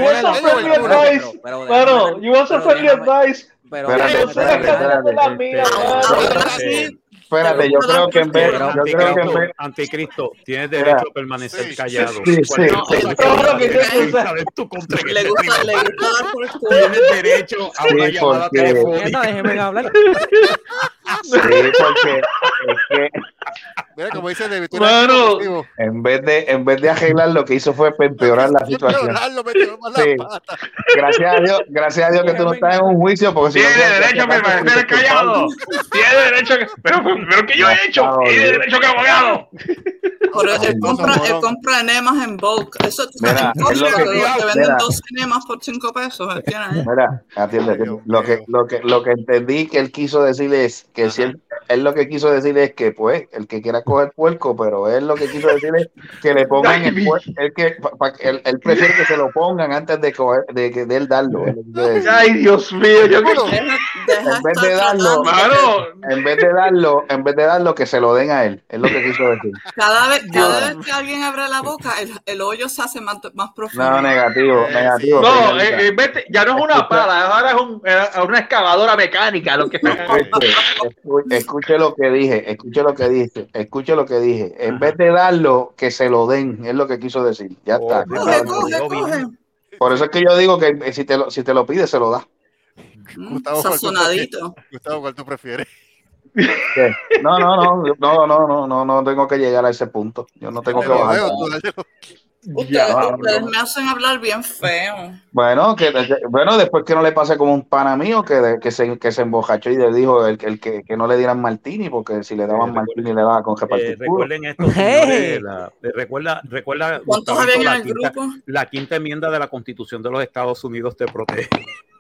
S9: pone,
S13: advice?
S9: pero- pero
S13: Mano,
S9: déjame-
S13: you want some
S9: pero
S13: friendly
S9: déjame-
S13: advice?
S9: pero
S7: Espérate,
S9: déjame-
S7: espérate, espérate.
S5: Ah,
S13: Espérate.
S7: Espérate, yo creo que en vez,
S12: Pero
S7: yo creo que en
S12: anticristo,
S7: vez,
S12: anticristo, tienes
S7: Mira.
S12: derecho a permanecer callado.
S7: sí, sí.
S12: Cualquier cosa que
S13: Todo lo que
S12: digas,
S13: quieras usar.
S12: sabes tú contra que
S5: Le
S12: te
S5: gusta, le
S12: privas.
S5: gusta dar por el culo.
S12: Tienes derecho a una
S7: Sí,
S12: llamada
S7: porque-
S9: Nieta,
S12: telefónica.
S9: déjeme hablar.
S7: sí, porque es que
S3: Mira, como dice David, tú
S13: Mano.
S3: eres positivo.
S7: en vez de, en vez de arreglar lo que hizo fue empeorar la situación.
S3: Violarlo, metió más la
S7: Sí.
S3: pata.
S7: Gracias a Dios, gracias a Dios que tú no estás en un juicio porque si no,
S13: Tiene
S7: ya-
S13: derecho a
S7: ya- ya-
S13: permanecer callado. Tiene derecho a... Pero, pero ¿qué yo he hecho? Tiene derecho a que abogado.
S5: Pero
S7: Ay,
S5: él
S7: no,
S5: compra,
S3: cabrón.
S5: él compra enemas en bulk. Eso tú sabes
S7: Mira,
S5: en Costco,
S7: es lo que-
S5: que te venden
S7: mira.
S5: dos enemas por cinco pesos. él tiene ahí.
S7: Mira, atiende,
S3: Ay, Dios
S7: lo que
S3: mío.
S7: lo que lo que entendí que él quiso decirle es que si él, él lo que quiso decirle es que pues el que quiera coger puerco, pero él lo que quiso decirle es que le pongan el puerco, él que pa- pa- él, él prefiere que se lo pongan antes de coger- de que de él darlo. es lo que quiso decir.
S13: Ay, Dios mío. Yo que...
S5: Deja, deja
S7: En vez
S5: estar
S7: de darlo,
S5: tratando.
S13: Mano,
S7: En vez de darlo, en vez de darlo que se lo den a él, es lo que quiso decir.
S5: Cada vez, cada vez que alguien abre la boca, el, el hoyo se hace más, más profundo.
S7: No, negativo,
S3: Eh,
S7: negativo.
S13: No,
S7: señorita.
S13: eh, eh, vete, ya no es una pala, ahora es un- eh, una excavadora mecánica lo que eh.
S7: Escuche, escu- escuche lo que dije, escuche lo que dije, escuche lo que dije. En vez de darlo, que se lo den, es lo que quiso decir. Ya
S12: Oh,
S7: está.
S12: no,
S5: coge,
S12: no,
S5: coge,
S12: no,
S5: coge.
S7: Por eso es que yo digo que eh, si te lo, si te lo pide, se lo da.
S5: Mm,
S3: Gustavo, ¿cuál tú
S5: sazonadito.
S3: Gustavo, ¿cuál tú prefieres?
S7: ¿Qué? No, no, no, no, no, no, no, no tengo que llegar a ese punto. Yo no tengo que
S3: Pero
S7: bajar.
S3: veo, tú dale lo-
S5: Ustedes,
S7: va,
S5: ustedes
S7: bro.
S5: me hacen hablar bien feo.
S7: Bueno, que, que- bueno, después que no le pase como un pana mío que, de- que, se, que se emborrachó y le dijo el, el que, que no le dieran martini, porque si le daban
S12: Eh,
S7: martini le daba con repartir.
S12: Eh,
S7: culo.
S12: recuerden esto,
S9: Hey.
S12: señores, la- eh, recuerda, recuerda
S5: ¿Cuántos
S12: Gustavito,
S5: habían en
S12: la,
S5: el
S12: quinta,
S5: grupo?
S12: la quinta enmienda de la Constitución de los Estados Unidos te protege.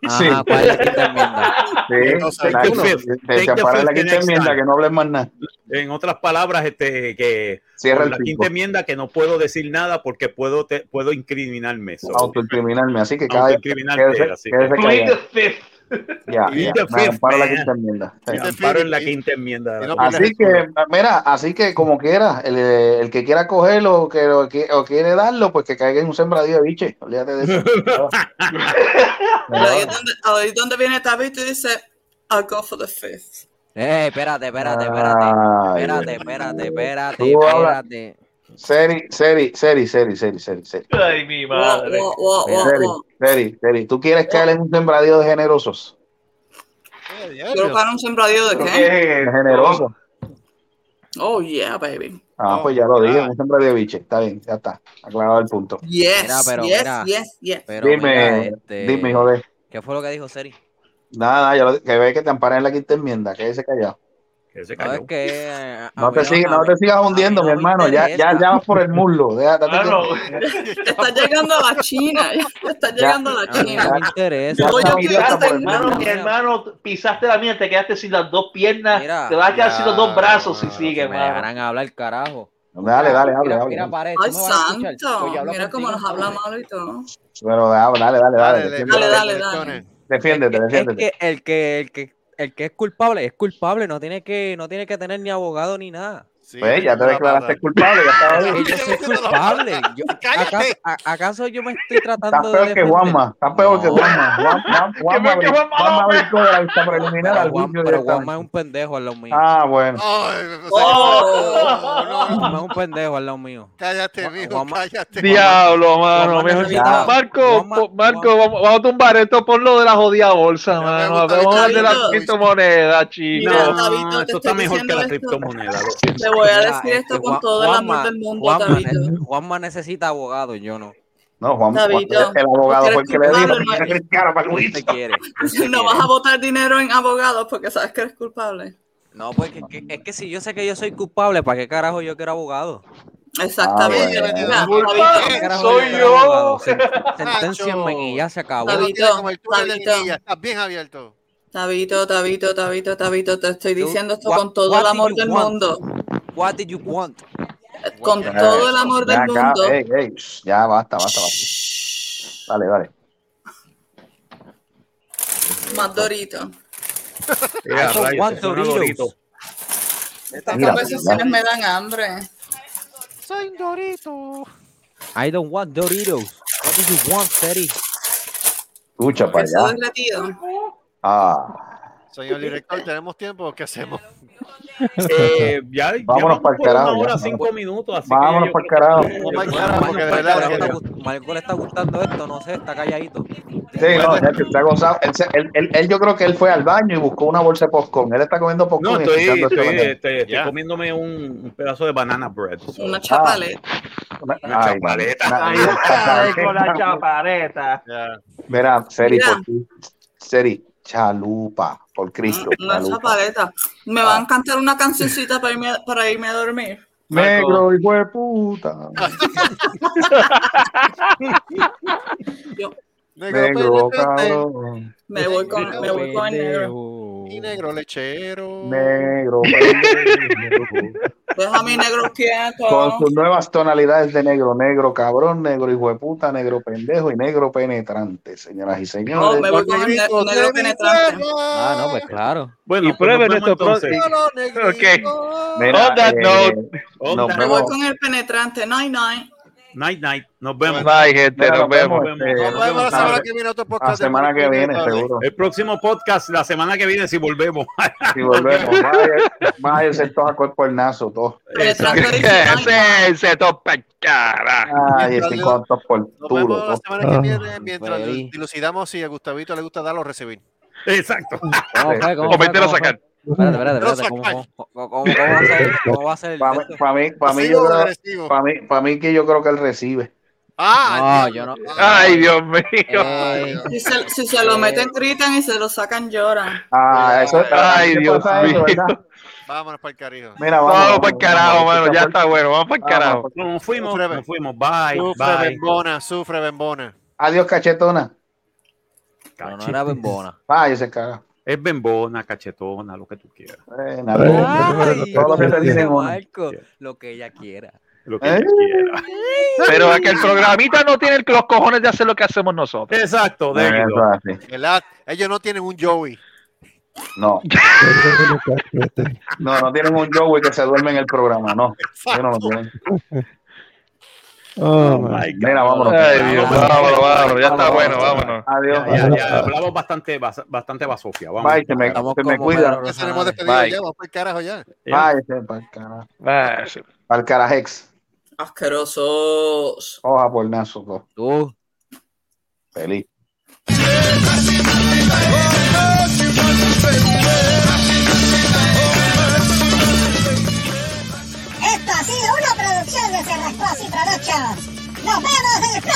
S7: Sí.
S9: Ajá, ¿cuál es la quinta enmienda?
S7: Sí,
S3: no,
S7: te-
S12: take the
S7: te-
S12: fifth, take
S7: te- te
S12: the
S7: amparas la
S12: fifth
S7: quinta
S12: next
S7: enmienda,
S12: time.
S7: que no hables más nada.
S12: En otras palabras, este, que
S7: Cierra
S12: por
S7: el
S12: la
S7: pico.
S12: quinta enmienda que no puedo decir nada porque puedo, te- puedo incriminarme. So,
S7: autoincriminarme, así que cada
S12: Autoincriminarte,
S7: quédese-
S12: así que-
S7: quédese
S13: Plead the
S7: callado.
S13: fifth.
S7: Ya,
S12: Plead
S7: ya,
S12: the
S7: me
S12: fifth,
S7: amparo la
S12: man.
S7: quinta enmienda.
S12: me
S3: Plead the
S12: amparo en la
S3: fifth.
S12: quinta enmienda. de la
S3: Y no
S12: Constitución.
S7: Así que, mira, así que como quiera, el, eh, el que quiera cogerlo o que, o que- o quiere darlo, pues que caiga en un sembradío de biche. Olvídate de eso. No,
S5: Ahí es donde, ahí es donde viene Tabito y dice, I'll go for the fifth.
S9: Eh, espérate, espérate, espérate.
S7: Ay,
S9: Espérate,
S7: Dios.
S9: espérate, espérate,
S7: Tú hablas-
S9: espérate.
S7: Seri, Seri, Seri, Seri, Seri, Seri, Seri.
S13: Ay, mi madre.
S5: Wo- wo-
S9: Oh,
S5: wo-
S7: Seri,
S5: wo- wo.
S7: Seri, Seri, ¿tú quieres caer en un sembradío de generosos?
S3: Eh,
S5: ¿Pero
S3: diablo.
S5: para un sembradío de qué?
S13: ¿Qué
S7: De
S13: es
S7: generosos.
S5: Oh, yeah, baby.
S7: Ah, pues ya lo dije, un sembradío de biche. Está bien, ya está. Aclarado el punto.
S5: Yes,
S9: Mira, pero
S5: yes,
S9: mira.
S5: yes, yes.
S9: Pero
S7: Dime,
S9: mira, este,
S7: dime, joder.
S9: ¿Qué fue lo que dijo Seri?
S7: Nada, nada, ya lo- que ve que te amparan en la quinta enmienda, que ese callado.
S12: Que se
S9: No,
S12: cayó.
S9: es que, eh, a
S7: No
S9: mí
S7: te, sigas-
S9: a
S7: no
S9: mí-
S7: te sigas
S9: a mí
S7: hundiendo,
S9: Ah, no
S7: mi
S9: me
S7: hermano. Ya, ya,
S9: interesa.
S7: ya vas por el muslo. deja- date
S13: Mano,
S7: tiempo.
S5: Está llegando a la China, ya está llegando a la
S9: A mí
S5: China.
S9: no me interesa.
S7: Ya
S5: Yo- yo
S7: está
S5: quiero
S7: mirando
S5: hasta
S7: por el
S5: hermano,
S7: muslo.
S13: hermano, mi hermano, pisaste la mía, te quedaste sin las dos piernas,
S9: Mira,
S13: te vas a quedar sin los dos brazos si
S3: ya,
S13: sigues,
S9: que me
S13: mano.
S9: dejarán hablar, carajo.
S7: Dale, dale, hable,
S9: Mira,
S7: hable.
S9: mira, pared,
S5: Ay,
S9: tú me vas a escuchar. Pues yo
S5: santo.
S9: hablo
S5: Mira cómo
S9: contigo,
S5: nos habla
S9: cabrón.
S5: mal y todo.
S7: Pero dale, dale, dale.
S3: Dale,
S7: defiéndete,
S5: dale, dale.
S7: Defiéndete,
S9: Es
S7: defiéndete.
S9: que el que, el que, el que es culpable es culpable, no tiene que, no tiene que tener ni abogado ni nada.
S3: Sí,
S7: Pues ya te
S3: la
S7: declaraste
S3: pata.
S7: culpable. Ya estaba bien.
S9: Que yo soy culpable. Yo- ¿acaso,
S3: Cállate.
S9: a- acaso yo me estoy
S7: Estás
S9: tratando
S7: peor que
S9: defender?
S7: Juanma. Estás peor que
S9: No,
S7: Juanma. Juan- Juan- Juanma
S13: peor que
S7: brin-
S13: Juanma
S7: Juanma
S13: López.
S7: brincó de la vista preliminar al
S9: Pero, Juan-
S7: juicio
S9: pero Juanma es
S7: directamente.
S9: un pendejo al lado mío.
S7: Ah, bueno.
S3: Ay, o sea,
S5: Oh.
S3: no, no, no,
S9: Juanma es un pendejo al lado mío.
S3: cállate,
S9: Juan-
S3: mijo,
S9: Juanma-
S3: cállate.
S13: Diablo, mano.
S9: Juanma
S13: mejor-
S9: necesitaba-
S13: Marco,
S9: Juanma-
S13: po- Marco, Vamos, vamos a tumbar esto, ponlo de la jodida bolsa,
S3: me
S13: mano.
S3: gusta este
S13: Vamos a darle
S5: Bitcoin.
S13: las criptomonedas, chico.
S5: Mira,
S12: No,
S5: Tabito, te
S12: eso
S5: estoy
S12: está mejor que
S5: diciendo
S12: la
S5: esto.
S12: criptomoneda. lo
S5: Te
S12: siento.
S5: voy a
S9: Mira,
S5: decir esto
S9: este,
S5: con
S9: Juan-
S5: todo el amor
S9: Juanma- este
S5: del mundo,
S9: Juanma,
S5: Tabito.
S9: Juanma necesita abogado, yo no.
S7: No, Juan,
S5: Davidito,
S7: el abogado fue el que le dijo.
S5: culpable, hermano.
S7: "Mira el cara para Luis".
S5: No vas a votar dinero en abogados porque sabes que eres culpable.
S9: No, pues que- que- es que si yo sé que yo soy culpable, ¿para qué carajo yo quiero abogado?
S5: Exactamente.
S9: Ah, bueno.
S5: Mira,
S9: ¿Para
S5: Davidito,
S9: qué carajo
S5: soy
S9: quiero
S5: yo.
S9: abogado? Sen- Senténciame y ya se acabó.
S5: Tabito, Tabito.
S3: Estás bien abierto.
S5: Tabito, Tabito, Tabito, Tabito, te estoy diciendo esto
S9: What-
S5: con todo
S9: what
S5: el
S9: do
S5: amor
S9: you
S5: del
S9: want?
S5: mundo.
S9: What did you want?
S5: Con todo el amor del
S7: Ya, Eh, acá, eh.
S5: mundo.
S7: ey, ey, shh, ya, basta, basta, basta. Dale, dale.
S5: Más Dorito.
S12: Ea,
S9: Eso,
S12: rayos,
S9: Juan
S12: se suena
S9: Doritos.
S12: Dorito.
S5: Estas
S9: Mira,
S5: conversaciones
S9: ya.
S5: me dan hambre.
S3: Soy un Dorito.
S9: I don't want Doritos. What do you want, Teddy?
S7: Escucha para
S5: Queso
S7: allá.
S5: derretido.
S7: Ah,
S3: Señor director, tenemos tiempo. ¿Qué hacemos?
S12: Eh, ya, llevamos
S7: Vámonos pa'l
S12: por una
S7: carajo, ya.
S12: hora, cinco minutos, así
S7: vámonos para el carajo.
S9: Marco le está gustando esto, no sé, está calladito.
S7: Sí, no, ya que está gozado. Él, se- él- él- él yo creo que él fue al baño y buscó una bolsa de popcorn. Él está comiendo popcorn.
S12: No,
S7: y
S12: estoy,
S7: escuchando este
S12: estoy,
S7: baño.
S12: este, estoy comiéndome un, un pedazo de banana bread. so.
S5: Una chapaleta.
S7: Una
S12: Ay, chapaleta.
S7: Ay, ay, con la
S6: chapareta.
S7: Mira, Seri,
S5: Mira.
S7: por ti. Seri, chalupa, por Cristo.
S3: Ah,
S5: Una
S7: chalupa.
S5: chapaleta. Me van a cantar una cancioncita para irme, para irme a dormir.
S7: Negro, hijo de puta.
S5: Yo
S7: Negro,
S3: pene,
S7: cabrón.
S5: me voy con, me voy con el negro.
S3: Y negro lechero.
S7: Negro, pendejo.
S5: Deja a mi negro
S7: Con
S3: Oh.
S5: quieto.
S7: sus nuevas tonalidades de negro, negro cabrón, negro hijo de puta, negro pendejo y negro penetrante, señoras y
S5: No,
S7: señores.
S5: me voy con el ne- negro penetrante.
S9: Ah, no, pues claro.
S12: Bueno,
S7: Y
S12: pues
S7: prueben
S12: nos vemos
S7: esto
S12: entonces.
S7: Mira,
S12: On that
S7: eh,
S12: note, on
S7: nos
S12: that
S5: Me
S7: vemos.
S5: voy con el penetrante. No, no.
S12: Night, night. Nos vemos.
S7: Bye, gente, Mira, nos nos vemos. vemos, este,
S3: Nos vemos la semana que viene otro podcast. de
S7: semana que
S3: Brooklyn
S7: viene,
S3: Nine-Nine.
S7: seguro.
S12: El próximo podcast, la semana que viene, si volvemos.
S7: Si volvemos, vaya- váyanse todos a cuerpo el nazo, todos.
S13: Ese se topa el cara.
S7: Ay, estoy con todos por
S3: Nos
S7: culo,
S3: vemos la
S7: todos.
S3: semana que
S7: Ah.
S3: viene mientras dilucidamos si a Gustavito le gusta dar o recibir.
S12: Exacto.
S9: ¿Cómo fue? ¿Cómo
S7: O
S9: fue?
S7: mételo a
S9: ¿Cómo fue?
S7: sacar.
S9: Espérate, espérate,
S7: Mételo a
S9: espérate. ¿Cómo,
S7: sacar.
S9: cómo- cómo- cómo va a ser, cómo va a ser el
S7: Para mí,
S9: efecto?
S7: pa' mí, pa' mí
S9: Pasivo
S7: yo creo-
S9: agresivo.
S7: pa' mí- pa' mí que yo creo que él recibe.
S3: Ah,
S9: no, yo no.
S13: Ay, Dios mío.
S9: Ey,
S5: Si se, si se lo meten, gritan y se lo sacan, lloran.
S7: Ah, eso
S13: Ay,
S7: ¿qué
S13: Dios
S7: pasa eso,
S13: mío.
S7: verdad?
S3: Vámonos para el carijo.
S7: Mira, vamos.
S13: Vamos para el carajo, mano. Ya está bueno. Vamos
S7: Ah,
S13: para el carajo.
S12: Nos fuimos,
S3: Sufre,
S12: nos fuimos. Bye,
S3: sufre
S12: bye.
S3: bembona, sufre bembona.
S7: Adiós, cachetona.
S9: pero no era bembona.
S7: Váyase, cara.
S12: Es bembona, cachetona, lo que tú quieras.
S7: Eh, nada. Todo lo que te dicen, una.
S9: Marco, lo que ella quiera.
S12: Lo
S7: Eh.
S12: que tú quieras.
S13: Pero es que el programita no tiene los cojones de hacer lo que hacemos nosotros.
S12: Exacto,
S7: Eh,
S12: déjalo.
S7: eso es así.
S3: ¿Verdad? Ellos no tienen un Joey.
S7: No.
S12: este.
S7: No, no tienen un Joey que se duerme en el programa, no. Ellos no lo tienen.
S10: Oh,
S12: Oh,
S10: man.
S12: my God.
S7: Mira, vámonos.
S13: Ay, Dios, vámonos, vámonos. Ya está bueno, vámonos.
S7: Adiós.
S12: Ya, ya, hablamos bastante, bas- bastante basofia. Vamos.
S7: Bye, se me, se me
S9: como
S7: cuida.
S9: perros.
S3: Ya
S9: Ajá.
S3: seremos despedidos
S13: Bye.
S3: ya, vamos para el carajo ya.
S7: Váyase para el carajo.
S13: Ah, sí.
S7: Para el carajex.
S5: Asquerosos.
S7: Oja por nazo, dos.
S9: Tú.
S7: Feliz.
S2: Esto ha sido una producción de Cerrasco y Productions. Nos vemos en el próximo.